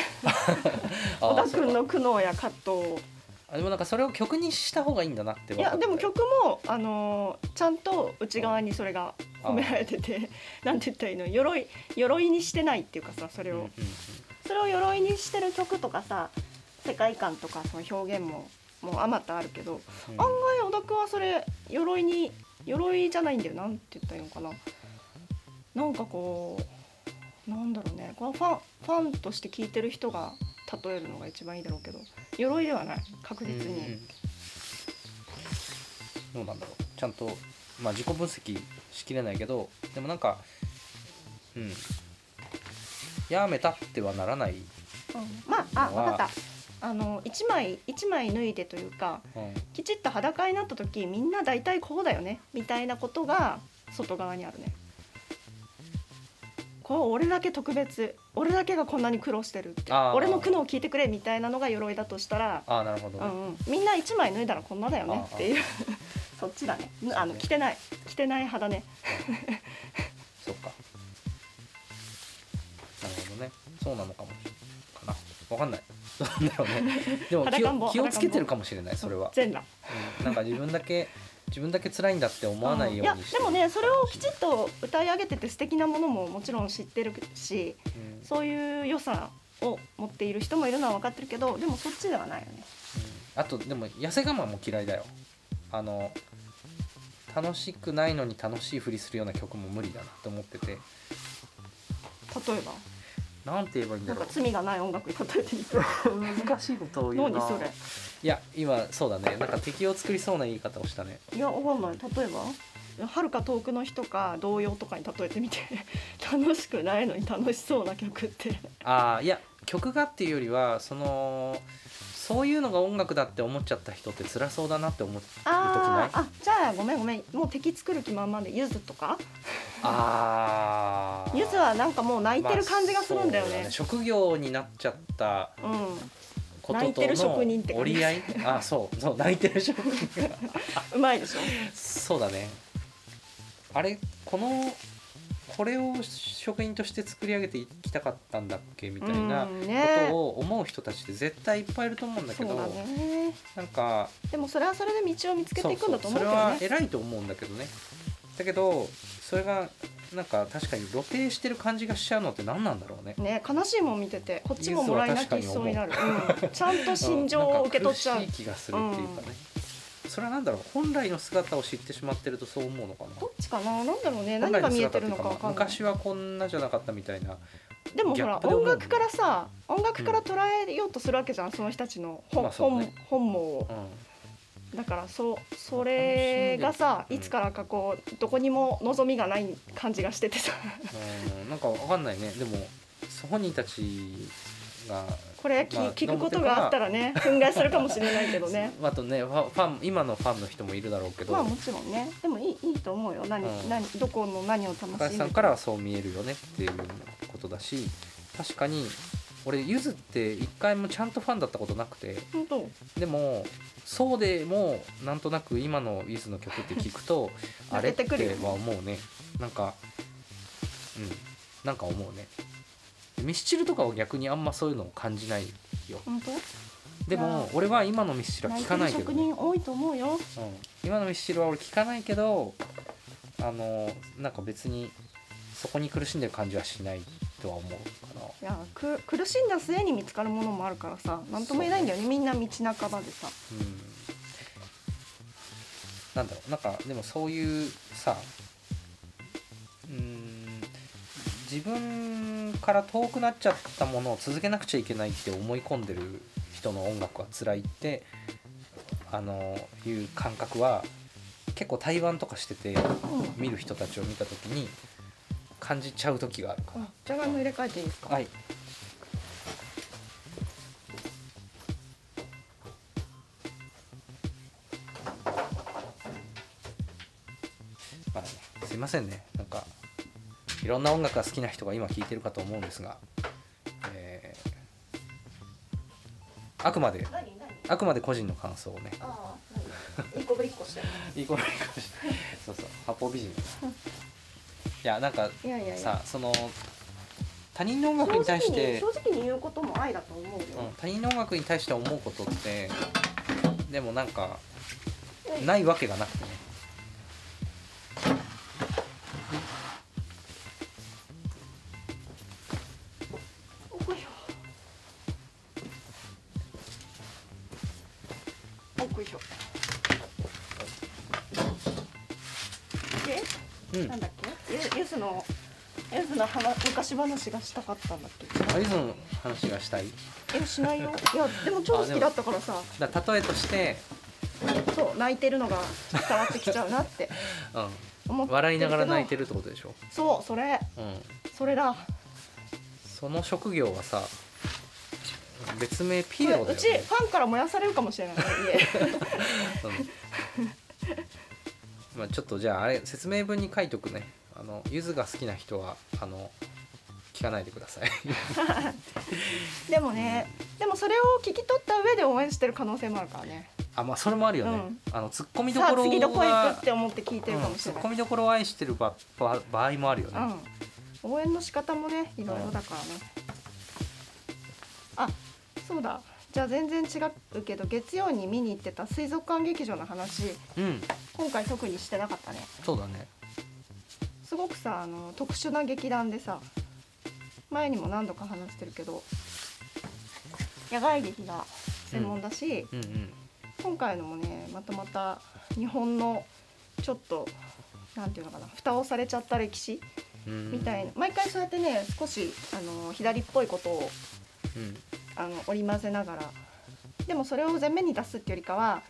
あ小ー田君そうかの苦悩や葛藤をあでもなんかそれを曲にした方がいいんだなってい分かったやでも曲も、あのーちゃんと内側にそれが褒められてて なんて言ったらいいの鎧鎧にしてないっていうかさそれうんうんをうんそれを鎧にしてる曲とかさ世界観とかその表現ももうあまたあるけど、うん案外小田君はそれ鎧に鎧じゃないんだよなんて言ったらいいのかななんかこうなんだろうねこのファンファンとして聴いてる人が例えるのが一番いいだろうけど鎧ではない確実うに。んうんどうなんだろうちゃんと、まあ、自己分析しきれないけどでもなんかうんやめたってはならない、うんまああのは分かったあの1枚一枚脱いでというかうんきちっと裸になった時みんな大体こうだよねみたいなことが外側にあるねこう俺だけ特別俺だけがこんなに苦労してるってあー俺の苦悩を聞いてくれみたいなのが鎧だとしたら、ああなるほど、うんうん、みんな1枚脱いだらこんなだよねっていう そっちだねあの着てない着てない派だねそうかなるほどねそうなのかもしかなわかんないどうなんだろう ねでも気裸んぼを気をつけてる裸んぼかもしれないそれは、全裸う ん、なんか自分だけ自分だけ辛いんだって思わないようにしてやでもねそれをきちっと歌い上げてて素敵なものももちろん知ってるしうんそういう良さを持っている人もいるのは分かってるけどでもそっちではないよねあとでも痩せ我慢も嫌いだよあの楽しくないのに楽しいふりするような曲も無理だなと思ってて例えばなんて言えばいいんなだんろかう罪がない音楽に例えてみて難しいことを言う何なそれいや今そうだねなんか敵を作りそうな言い方をしたねいや分かんない例えばはるか遠くの日とか童謡とかに例えてみて 楽しくないのに楽しそうな曲ってああいや曲がっていうよりはそのそういうのが音楽だって思っちゃった人って辛そうだなって思う時ないあーあじゃあごめんごめんもう敵作る気満々でゆずとかあーゆずはなんかもう泣いてる感じがするんだよまあそうね,、職業になっちゃったうんこと泣いとてる職人っての感じ折り合いあそうそう泣いてる職人がうまいでしょそうだねあれこのこれを食品として作り上げていきたかったんだっけみたいなこうんねとを思う人たちって絶対いっぱいいると思うんだけそうど、だねなんかでもそれはそれで道を見つけていくんだと思そうけどうそうねそれは偉いと思うんだけどねだけどそれがなんか確かに露呈してる感じがしちゃうのって何なんだろうねね悲しいもん見ててこっちももらい泣きしそうになる、うん、ちゃんと心情を受け取っちゃなうんか苦しい気がするっていうかね、それは何だろう本来の姿を知ってしまってるとそう思うのかなどっちかななんだろうね本何来がの見え姿てってるいのうかかわかんない昔はこんなじゃなかったみたいなでもほらギャップで思音う楽からさ音楽から捉えようとするわけじゃん、その人たちの本,、まあそうね本本望をうんだからそうそれがさ楽しんでるいつからかこうどこにも望みがない感じがしててさうんなんかわかんないねでもそ本人たちがこれき、まあ聞くことがあったらね憤慨するかもしれないけどねあとねファファン今のファンの人もいるだろうけど、まあもちろんねでもいいいいと思うよ何,、うん何どこの何を楽しん高で橋さんからはそう見えるよねっていうことだし確かに俺ゆずって一回もちゃんとファンだったことなくて本当でもそうでもなんとなく今のゆずの曲って聞くとあれって 泣けてくるよねは思うねなんかうんなんか思うねミスチルとかは逆にあんまそういうのを感じないよ本当でいやもー俺は今のミスチルは泣聞いてかるないけど職ね、人多いと思うようん、今のミスチルは俺聞かないけどあのなんか別にそこに苦しんでる感じはしないとは思うかいやく苦しんだ末に見つかるものもあるからさ何とも言えないんだよねみんな道半ばでさなうんなんだろうなんかでもそういうさうん自分から遠くなっちゃったものを続けなくちゃいけないって思い込んでる人の音楽は辛いってあのいう感覚は結構対バンとかしててうん見る人たちを見た時に感じちゃう時があるかあじゃがいも入れ替えていいですからはいまあねすいませんねなんかいろんな音楽が好きな人が今聴いてるかと思うんですが、えーあくまで何何あくまで個人の感想をねああ何一個ぶりっこしていい頃にこうしてそうそう八方美人だないやなんかいやいやいやさその他人の音楽正に対し直にて正、直に言うことも愛だと思うよ、うん、他人の音楽に対して思うことってでもなんかうんないわけがなくてねおこよおこようでんなんだっけゆゆずのゆずの話昔話がしたかったんだっあゆずの話がしたいけえしないよいやでも超好きだったからさだ例えとして、そう泣いてるのが伝わってきちゃうなって思うん、ってるけど笑いながら泣いてるってことでしょ、そうそれうん、それだその職業はさ別名ピエロだよ、ね、うちファンから燃やされるかもしれないね家その まあちょっとじゃああれ説明文に書いとくねあのゆずが好きな人はあの聞かないでくださいでもねでもそれを聞き取った上で応援してる可能性もあるからねあまあそれもあるよね、うんあのツッコミどさこあろ次どこへ行くがって思って聞いてるかうんもしツれッないコ、ミどころを愛してる場場場合もあるよね、うん、応援の仕方もねいろいろだからね、あそうだじゃあ全然違うけど月曜に見に行ってた水族館劇場の話うん、今回特にしてなかったねそうだねすごくさあの特殊な劇団でさ前にも何度か話してるけど野外劇が専門だし、うんうん今回のもねまたまた日本のちょっとなんていうのかな蓋をされちゃった歴史うんみたいな、毎回そうやってね少しあの左っぽいことをうんあの織り交ぜながらでもそれを前面に出すっていうよりかは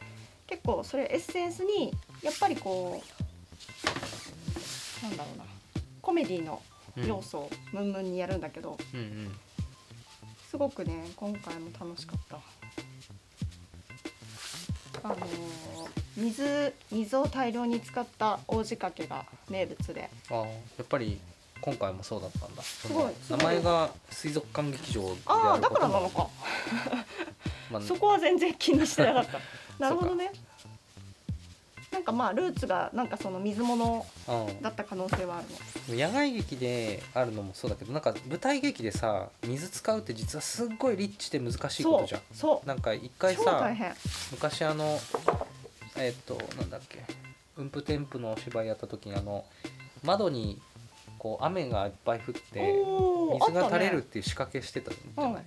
結構それエッセンスにやっぱりこうなんだろうなコメディのうん要素をムンムンにやるんだけど、うんうんすごくね今回も楽しかったあのー水水を大量に使った大仕掛けが名物であーやっぱり今回もそうだったんだすごい名前が水族館劇場でああるだことからもなのかまあ そこは全然気にしてなかったなるほどねなんかまあルーツがなんかその水物うんだった可能性はあるの野外劇であるのもそうだけどなんか舞台劇でさ水使うって実はすっごいリッチで難しいことじゃんそうそうなんか一回超さ大変昔あのえっとなんだっけうんぷてんぷのお芝居やった時にあの窓にこう雨がいっぱい降っておー水が垂れるあっっていう仕掛けしてたじゃたない、ね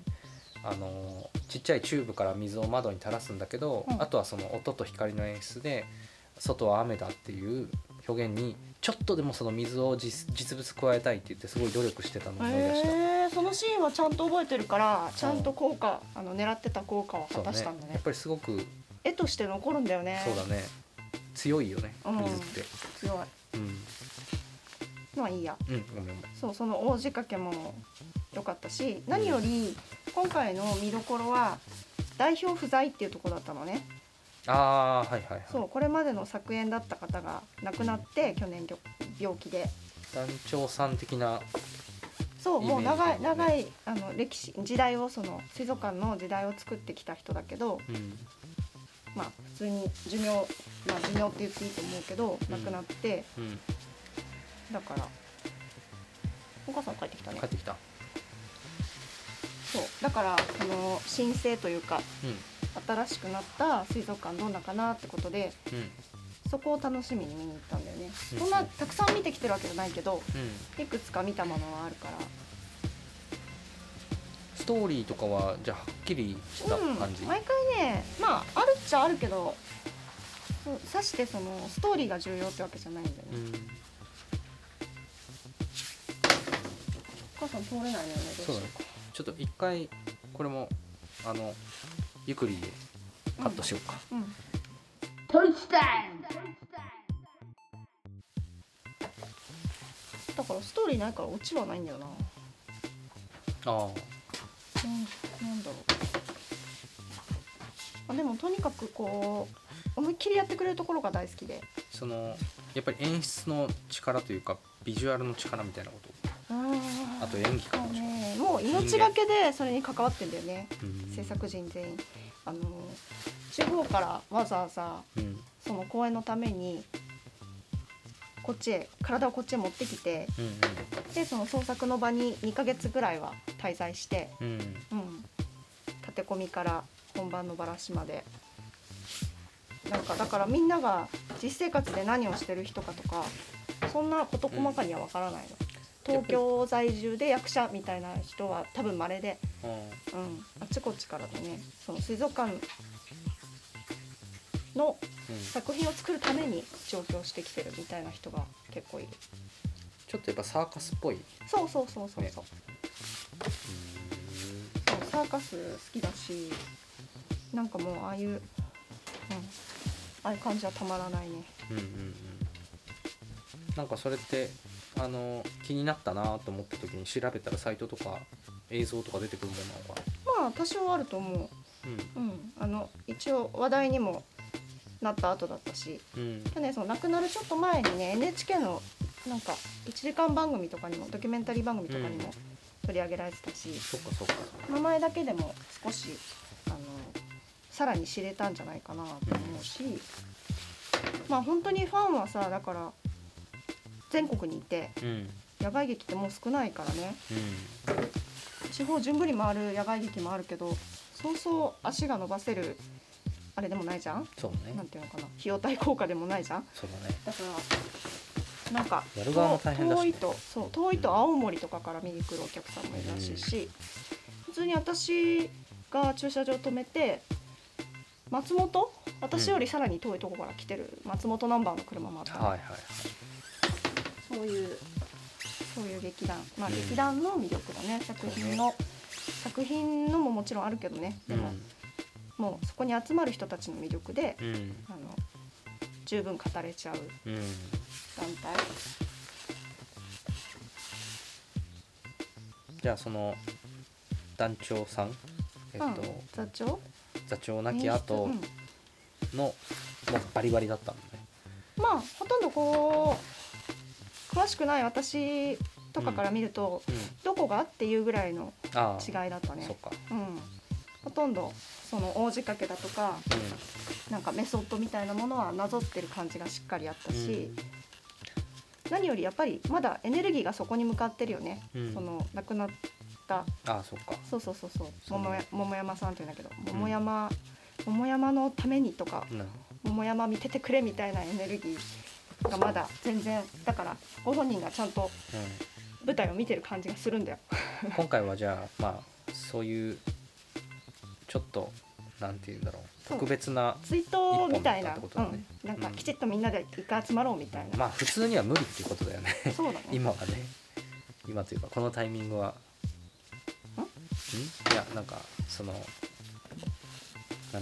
あのちっちゃいチューブから水を窓に垂らすんだけど、うんあとはその音と光の演出で外は雨だっていう表現にちょっとでもその水を実実物加えたいって言ってすごい努力してたのをうん思い出した、へえそのシーンはちゃんと覚えてるからちゃんと効果あの狙ってた効果をそ果うねたしたんだやねっぱりすごく絵として残るんだよねそうだね強いよねうん水って強いうん、まあいいやうん、ごめんそうその大仕掛けも良かったし何より今回の見どころは代表不在っていうところだったのねああーはいはいはいそうこれまでの作演だった方が亡くなって去年ぎょ病気で団長さん的なそうもうイメージだ長もんいね長いあの歴史時代をその水族館の時代を作ってきた人だけどうんまあ普通に寿命まあ寿命って言っていいと思うけどうん亡くなって、うんだからお母さん帰ってきたね帰ってきたそうだからその新生というかう新しくなった水族館どんなかなってことでんうんそこを楽しみに見に行ったんだよねうんそんなたくさん見てきてるわけじゃないけどうんいくつか見たものはあるからストーリーとかはじゃあはっきりした感じ、うん、毎回ねまああるっちゃあるけどそうさしてそのストーリーが重要ってわけじゃないんだよね、うんお母さん通れないよねどそううしだよねちょっと一回これもあのゆっくりでうカットしようか、うん、うんだからストーリーないからオチはないんだよななあんなんだろうあでもとにかくこう思いっきりやってくれるところが大好きであそのやっぱり演出の力というかビジュアルの力みたいなことああと演技かももしれない、ねもう命がけでそれに関わってんだよねうん制作人全員あの地方からわざわざうんその公演のためにこっちへ体をこっちへ持ってきてうんでその創作の場に2ヶ月ぐらいは滞在して、うんうんうん、立て込みから本番のバラシまでなんかだからみんなが実生活で何をしてる人かとかそんな事細かには分からないの。東京在住で役者みたいな人は多分稀でうんうん、あちこちからのねその水族館のうん作品を作るために上京してきてるみたいな人が結構いるちょっとやっぱサーカスっぽい、そうそうそうそうねそうそうサーカス好きだしなんかもうああいう、うん、ああいう感じはたまらないねうんうんうんなんかそれってあの気になったなと思った時に調べたらサイトとか映像とか出てくるものなのかまあ多少あると思なう、うん、あの一応話題にもなった後だったしうんうん去年その亡くなるちょっと前にね NHK のなんか1時間番組とかにもドキュメンタリー番組とかにうんも取り上げられてたし、そっかそっか名前だけでも少しあのさらに知れたんじゃないかなと思うし、まあ本当にファンはさだから全国にいてうんうん野外劇ってもう少ないからね地方順繰り回る野外劇もあるけどそうそう足が伸ばせるあれでもないじゃんそうなねんていうのかな費用対効果でもないじゃんそうだねだからなんかやる側も遠大変だし遠いとそう遠いと青森とかから見に来るお客さんもいるらしいし、普通に私が駐車場止めて松本私よりさらに遠いとこから来てる松本ナンバーの車もあったの、はいはいはいそういうそういう劇団まあうん劇団の魅力だね作品の、作品のももちろんあるけどねでも、もうそこに集まる人たちの魅力でうんうんあの十分語れちゃううん団体じゃあその団長さんえっと、うん、座長座長亡き後演出の、もうバリバリだったのねうんまあほとんどこう詳しくない私とかから見ると、うんどこがっていうぐらいのああ違いだったねそっかうんほとんどその大仕掛けだとかなんかメソッドみたいなものはなぞってる感じがしっかりあったし、何よりやっぱりまだエネルギーがそこに向かってるよね、うんその亡くなったあそっかそうそうそうそうそう桃や桃山さんっていうんだけどん桃山、桃山のためにとかな桃山見ててくれみたいなエネルギーがまだ全然だからご本人がちゃんと舞台を見てる感じがするんだよ。うん、今回はじゃあまあそういうちょっとなんて言うんだろうそう特別な追悼みたい一本だったな、ってことだねうん、なんかうんきちっとみんなで一回集まろうみたいな、まあ普通には無理っていうことだよね そうだね今はね今というかこのタイミングはんんいやなんかそのなん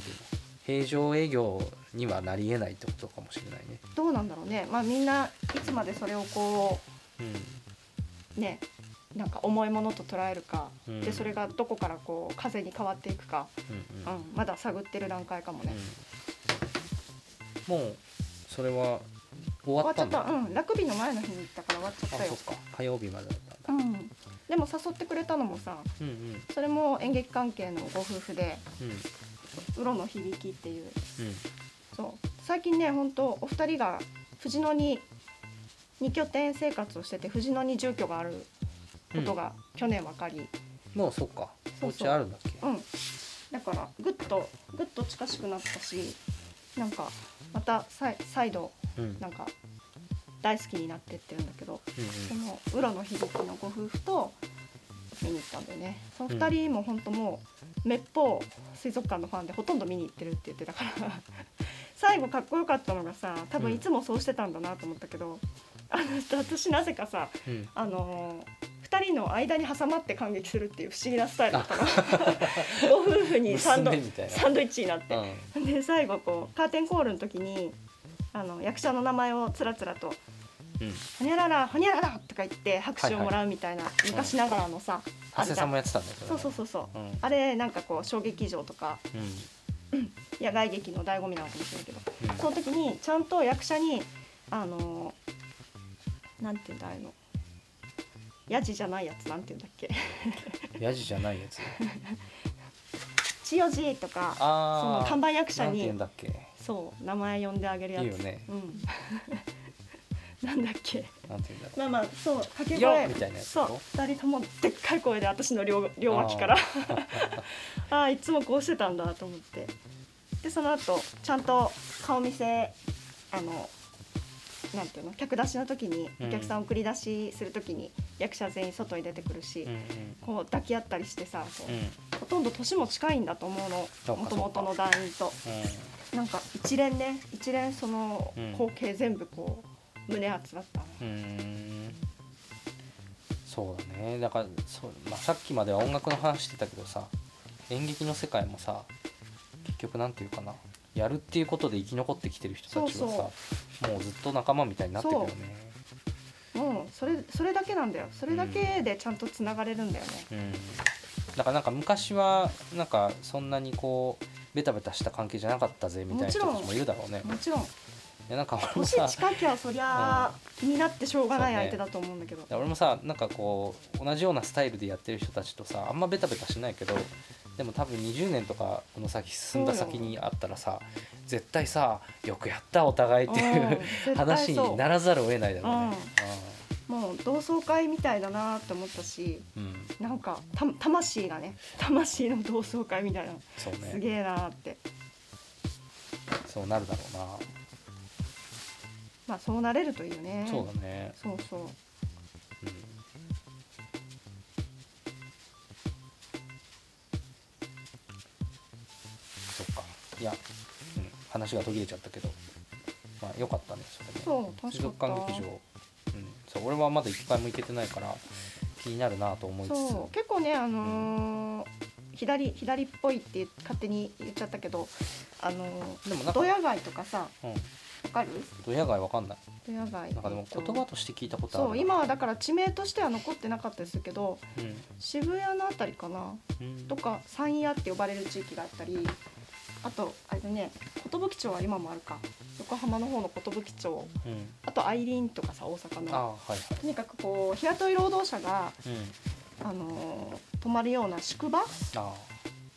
ていうの平常営業にはなりえないってことかもしれないねどうなんだろうねまあみんないつまでそれをこうねなんか重いものと捉えるか、うんでそれがどこからこう風に変わっていくか、うんうんううんん、まだ探ってる段階かもね、うんもうそれは終わ終わっっちたゃっんだたうんラグビーの前の日に行ったから終わっちゃっあたそよっか火曜日までだったんだうん、でも誘ってくれたのもさうんうんそれも演劇関係のご夫婦でうん「ウロの響き」っていううんそう最近ね本当お二人が藤野に2拠点生活をしてて藤野に住居があることが去年分かり、もうそっかそおうそう家あるんだっけうんだからぐっとぐっと近しくなったしなんかまた再再度うんうんなんか大好きになってってるんだけどうんその「ウロの響き」のご夫婦と見に行ったんだよねその2人も本当もうめっぽう水族館のファンでほとんど見に行ってるって言ってたから 最後かっこよかったのがさ多分いつもそうしてたんだなと思ったけど、あの人私なぜかさうんあの2人の間に挟まって感激するっていう不思議なスタイルだったの ご夫婦にサンド娘みたいなサンドイッチになってう、んで最後こうカーテンコールの時にあの役者の名前をつらつらとうんほにゃららほにゃららとか言って拍手をもらうみたいな、昔ながらのさ、あ長る谷じゃさんんもやってたんだけどそうそうそうそううんうんあれなんかこう小劇場とか野外劇の醍醐味なのかもしれないけど、うんその時にちゃんと役者にあのなんて言うんだあれのヤジじゃないやつなんて言うんだっけ ヤジじゃないやつ千代じとかそあのあ看板役者なんて言にうんだっけそう名前呼んであげるやついいよねうん なんだっけなんて言うんだろうまあまあそう掛け声よっみたいなやつそう2人ともでっかい声で私の両両脇 からああいつもこうしてたんだと思ってでその後ちゃんと顔見せあのなんていうの客出しの時にうんお客さん送り出しする時に役者全員外に出てくるし、うんうんこう抱き合ったりしてさこううんほとんど年も近いんだと思うそのうかそうかもともとの団員となんか一連ね一連そのうん光景全部こう胸熱だったねうんうんそうだねだからそう、まあ、さっきまでは音楽の話してたけどさ演劇の世界もさ結局なんていうかなやるっていうことで生き残ってきてる人たちがさそうもうずっと仲間みたいになってるよねもうそれそれだけなんだよそれだけでちゃんとつながれるんだよね、うんだからなんか昔はなんかそんなにこうベタベタした関係じゃなかったぜみたいな人たちもいるだろうねもちろんいやなんか俺も年さ近きゃそりゃ気になってしょうがないそうね相手だと思うんだけど、いや俺もさなんかこう同じようなスタイルでやってる人たちとさあんまベタベタしないけどでも多分20年とかこの先進んだ先にあったらさ絶対さよくやったお互いっていううん話絶対そうにならざるを得ないだろうね。もう同窓会みたいだなって思ったしうんうんなんかた魂がね魂の同窓会みたいなそうすねげえなってそうなるだろうまあそうなれるといいよねなそうだね、そうそううん、そっかいや、うん、話が途切れちゃったけどまあよかったねそれね。そう楽水しか族った館劇場、うん、そう俺はまだ一回も行けてないから気になるなと思いつつそう結構ねあのー左左っぽいって勝手に言っちゃったけどあのーでもなんかドヤ街とかさうん、わかるドヤ街わかんないドヤ街なんかでもえっと言葉として聞いたことあるそう今はだから地名としては残ってなかったですけどうん渋谷のあたりかなうんとか山谷って呼ばれる地域があったりあとあれだね寿町は今もあるか横浜の方の寿町うんあとアイリーンとかさ大阪あのはいはいとにかくこう日雇い労働者が、うんあのー泊まるような宿場あ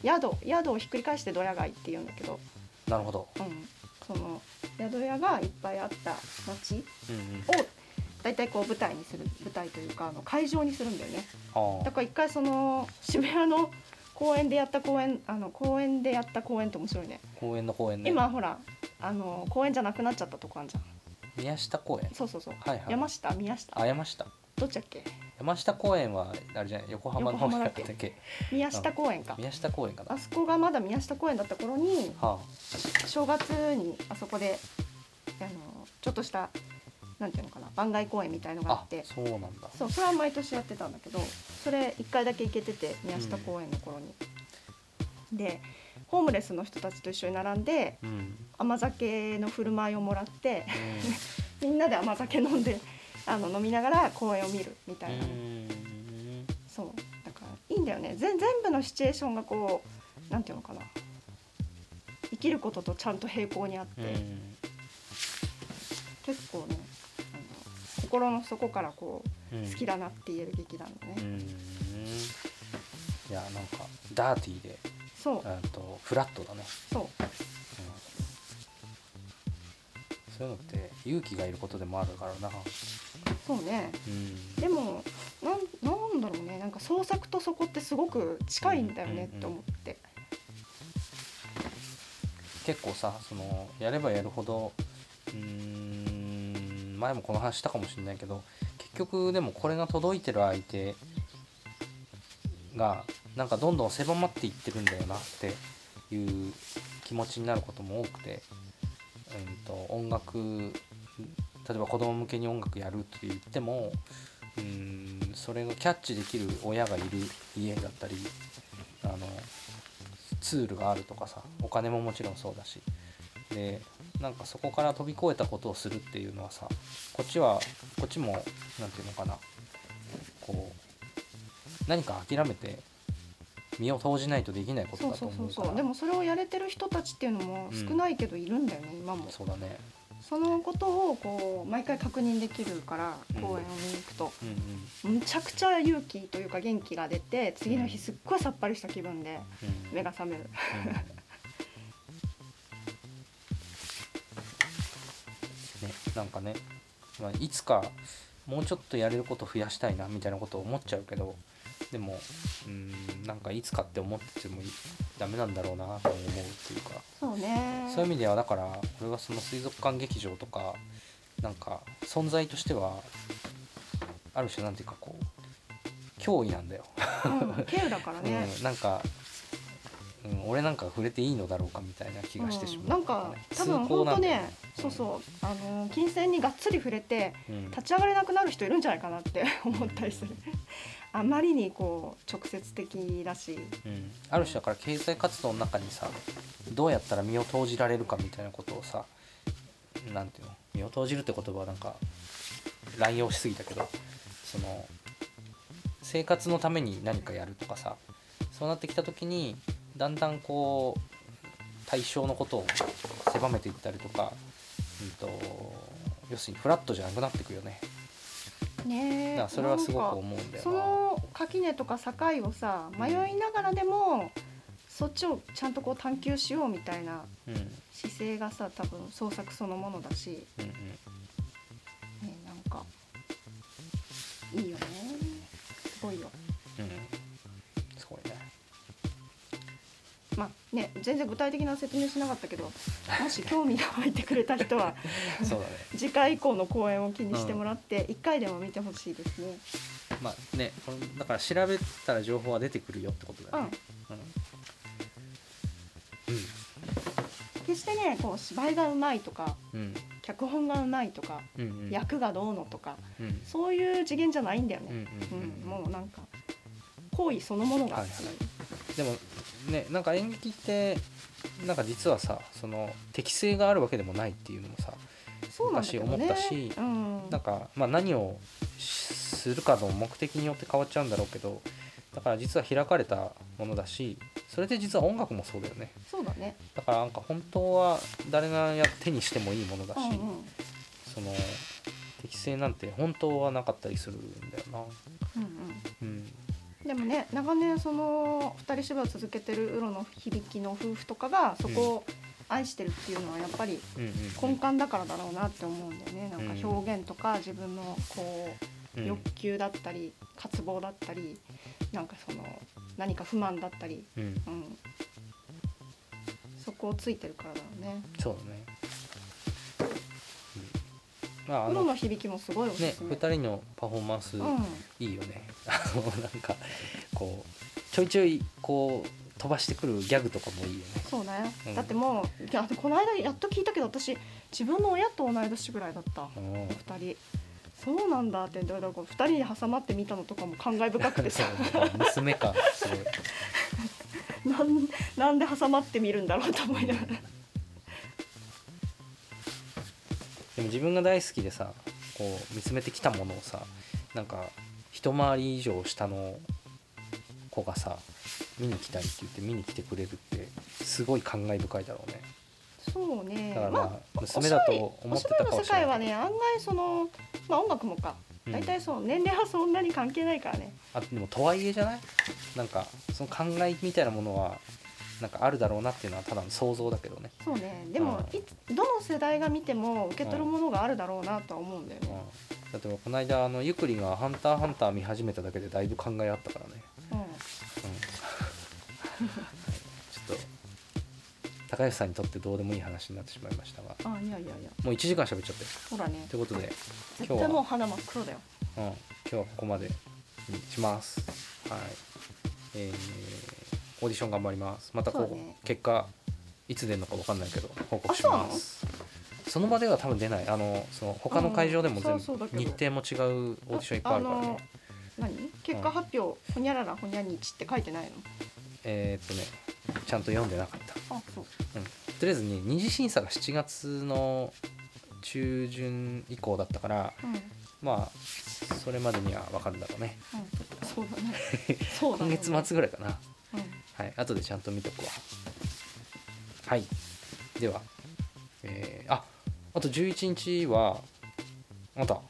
宿宿をひっくり返してドヤ街っていうんだけど、なるほど。うん、その宿屋がいっぱいあった街うんうん。を大体こう舞台にする舞台というかあの会場にするんだよねあだから一回その渋谷の公園でやった公園あの公園でやった公園って面白いねあ、公園の公園ね。今ほらあの公園じゃなくなっちゃったとこあんじゃん宮下公園。そうそうそう、はいはい山下宮下あ、山下。どっちだっけ山下公園はあれじゃない横浜の方横浜だだっっけたっけ宮下公園か宮下公園かなあそこがまだ宮下公園だった頃には正月にあそこであのちょっとしたなんていうのかな番外公演みたいのあ、があっあてそうなんだそうそれは毎年やってたんだけどそれ1回だけ行けてて宮下公園の頃に。でホームレスの人たちと一緒に並んでうん、甘酒の振る舞いをもらって うみんなで甘酒飲んであの飲みながら公演を見るみたんいな、うんそうだからいいんだよね全全部のシチュエーションがこうなんていうのかな生きることとちゃんと並行にあって、うん結構ねあの心の底からこううん好きだなって言える劇団だね、うんいやなんかダーティーでそうえっとフラットだね、そううんそういうのって勇気がいることでもあるからなそうねうんでもなんなんだろうねなんか創作とそこってすごく近いんだよねうんうんうんって思って、結構さそのやればやるほどうーん前もこの話したかもしれないけど結局でもこれが届いてる相手がなんかどんどん狭まっていってるんだよなっていう気持ちになることも多くて、うん、と音楽例えば子供向けに音楽やるって言ってもうんそれがキャッチできる親がいる家だったりあのツールがあるとかさお金ももちろんそうだしでなんかそこから飛び越えたことをするっていうのはさこっちはこっちも何て言うのかなこう何か諦めて身を投じないとできないことそうだとそうそ思ううかそうらでもそれをやれてる人たちっていうのも少ないけどいるんだよね、今もそうだねそのことをこう毎回確認できるからうん公演を見に行くと、うんうんむちゃくちゃ勇気というか元気が出て次の日すっごいさっぱりした気分でうん目が覚めるうんね、なんかね、まあ、いつかもうちょっとやれること増やしたいなみたいなことを思っちゃうけどでもうーんなんかいつかって思っててもいダメなんだろうなと思うっていうかそうねそういう意味ではだから俺はその水族館劇場とかなんか存在としてはある種なんていうかこう脅威なんだよ。うん、経由だからね、うん、なんか、うん、俺なんか触れていいのだろうかみたいな気がしてしまう、なんか多分崇高本な当んだよねそうそうあのー金銭にがっつり触れてうん、うん立ち上がれなくなる人いるんじゃないかなって 思ったりするあまりにこう直接的だしうんある種だから経済活動の中にさどうやったら身を投じられるかみたいなことをさなんていうの身を投じるって言葉はなんか乱用しすぎたけどその生活のために何かやるとかさそうなってきた時にだんだんこう対象のことを狭めていったりとか、うん、と要するにフラットじゃなくなってくよねだねからそれはすごくなんか思うんだよそな。の垣根とか境をさ迷いながらでもそっちをちゃんとこう探求しようみたいなうんうん姿勢がさ多分創作そのものだし、うんね、なんかいいよねすごいよ。うんすごいね。 まあね、全然具体的な説明しなかったけどもし興味が湧いてくれた人 はそうだね。次回以降の公演を気にしてもらって1回でも見てほしいですね。まあね、このだから調べたら情報は出てくるよってことだうよんね。、決してねこう芝居がうまいとかうん。うん。脚本がうまいとかうん。うん。役がどうのとかうん。そういう次元じゃないんだようん。うんね。ううんん、もうなんか行為そのものがっていう、でもねなんか演劇ってなんか実はさその適性があるわけでもないっていうのもさそうなんだけどね。昔思ったしうん、なんか、まあ、何をするかの目的によって変わっちゃうんだろうけどだから実は開かれたものだしそれで実は音楽もそうだよねそうだね。だからなんか本当は誰がや手にしてもいいものだし、うんうんその適性なんて本当はなかったりするんだよな。うんうんうん、でもね長年その二人芝居を続けてるウロの響きの夫婦とかがそこを愛してるっていうのはやっぱりうんうん根幹だからだろうなって思うんだよねなんうんか表現とか自分のこううん欲求だったり渇望だったりなんかその何か不満だったり、うんうん、そこをついてるからだろうね。そうだね、うん、まああウロのの響きもすごいおすねすめ。二人のパフォーマンス、うんいいよね あのなんかこうちょいちょいこう飛ばしてくるギャグとかもいいよねそうね、うんだってもういやこの間やっと聞いたけど私自分の親と同い年ぐらいだったあのお二人そうなんだってだからこう二人に挟まってみたのとかも感慨深くて さ娘感すごいなんなんで挟まってみるんだろうと思いながらでも自分が大好きでさこう見つめてきたものをさなんか一回り以上下の子がさ見に来たいって言って見に来てくれるってすごい感慨深いだろうねそうねだからまあまあ娘だと思おって芝たか居のも世しれ界なはいね案外その、まあ、音楽もかうん大体そう年齢はそんなに関係ないからねあでもとはいえじゃないなんかその考えみたいなものはなんかあるだろうなっていうのはただの想像だけどね、そうねでもうんいつどの世代が見ても受け取るものがあるだろうなとは思うんだようね、ん、だってこの間あのゆくりが「ハンターハンター」見始めただけでだいぶ考えあったからね、うんうん、ちょっと高橋さんにとってどうでもいい話になってしまいましたがあいやいやいやもう1時間喋っちゃってほらねということで、今日絶は対もう鼻真っ黒だようん、今日はここまでにしますはいえーオーディション頑張りますまたこうそうね結果いつ出るのか分かんないけど報告しますその場では多分出ないあのその他の会場でもう全んそう部だけど日程も違うオーディションいっぱいあるからねあの何結果発表、ほにゃららほにゃにちって書いてないのえーっとねちゃんと読んでなかったあそううんとりあえずね二次審査が7月の中旬以降だったからうん、うん、まあそれまでには分かるんだろうねそうだ ねそうだ今ね月末ぐらいかなうんはい後でちゃんと見とくわはいではえー、ああと11日はあなた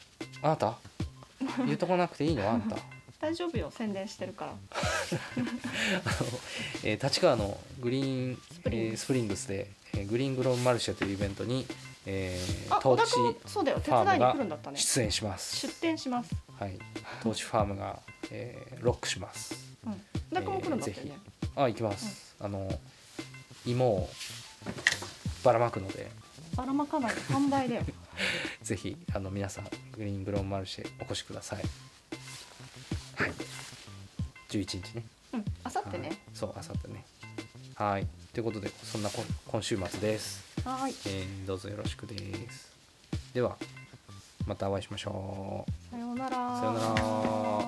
あなた言うとこなくていいのあ なたあ大丈夫よ宣伝してるからの、えー立川のグリーンスプリンえグースプリングスで、えーグリーングローブマルシェというイベントに、えー、あ小東田地君もそうだよ手ファ伝いにー来るムんだったがね出演します出店しますはい東地ファームが、えーロックしますうん小田君も来るんだったよね、あ行きます、あの芋をばらまくのでばらまかないで販売だよぜひあの皆さんグリーングローンマルシェお越しください。はい。十一日ね。うんあさってねはいそうあさってね。はい。ということでそんなこ今週末です、はーいえーどうぞよろしくです。ではまたお会いしましょう。さようならさようなら。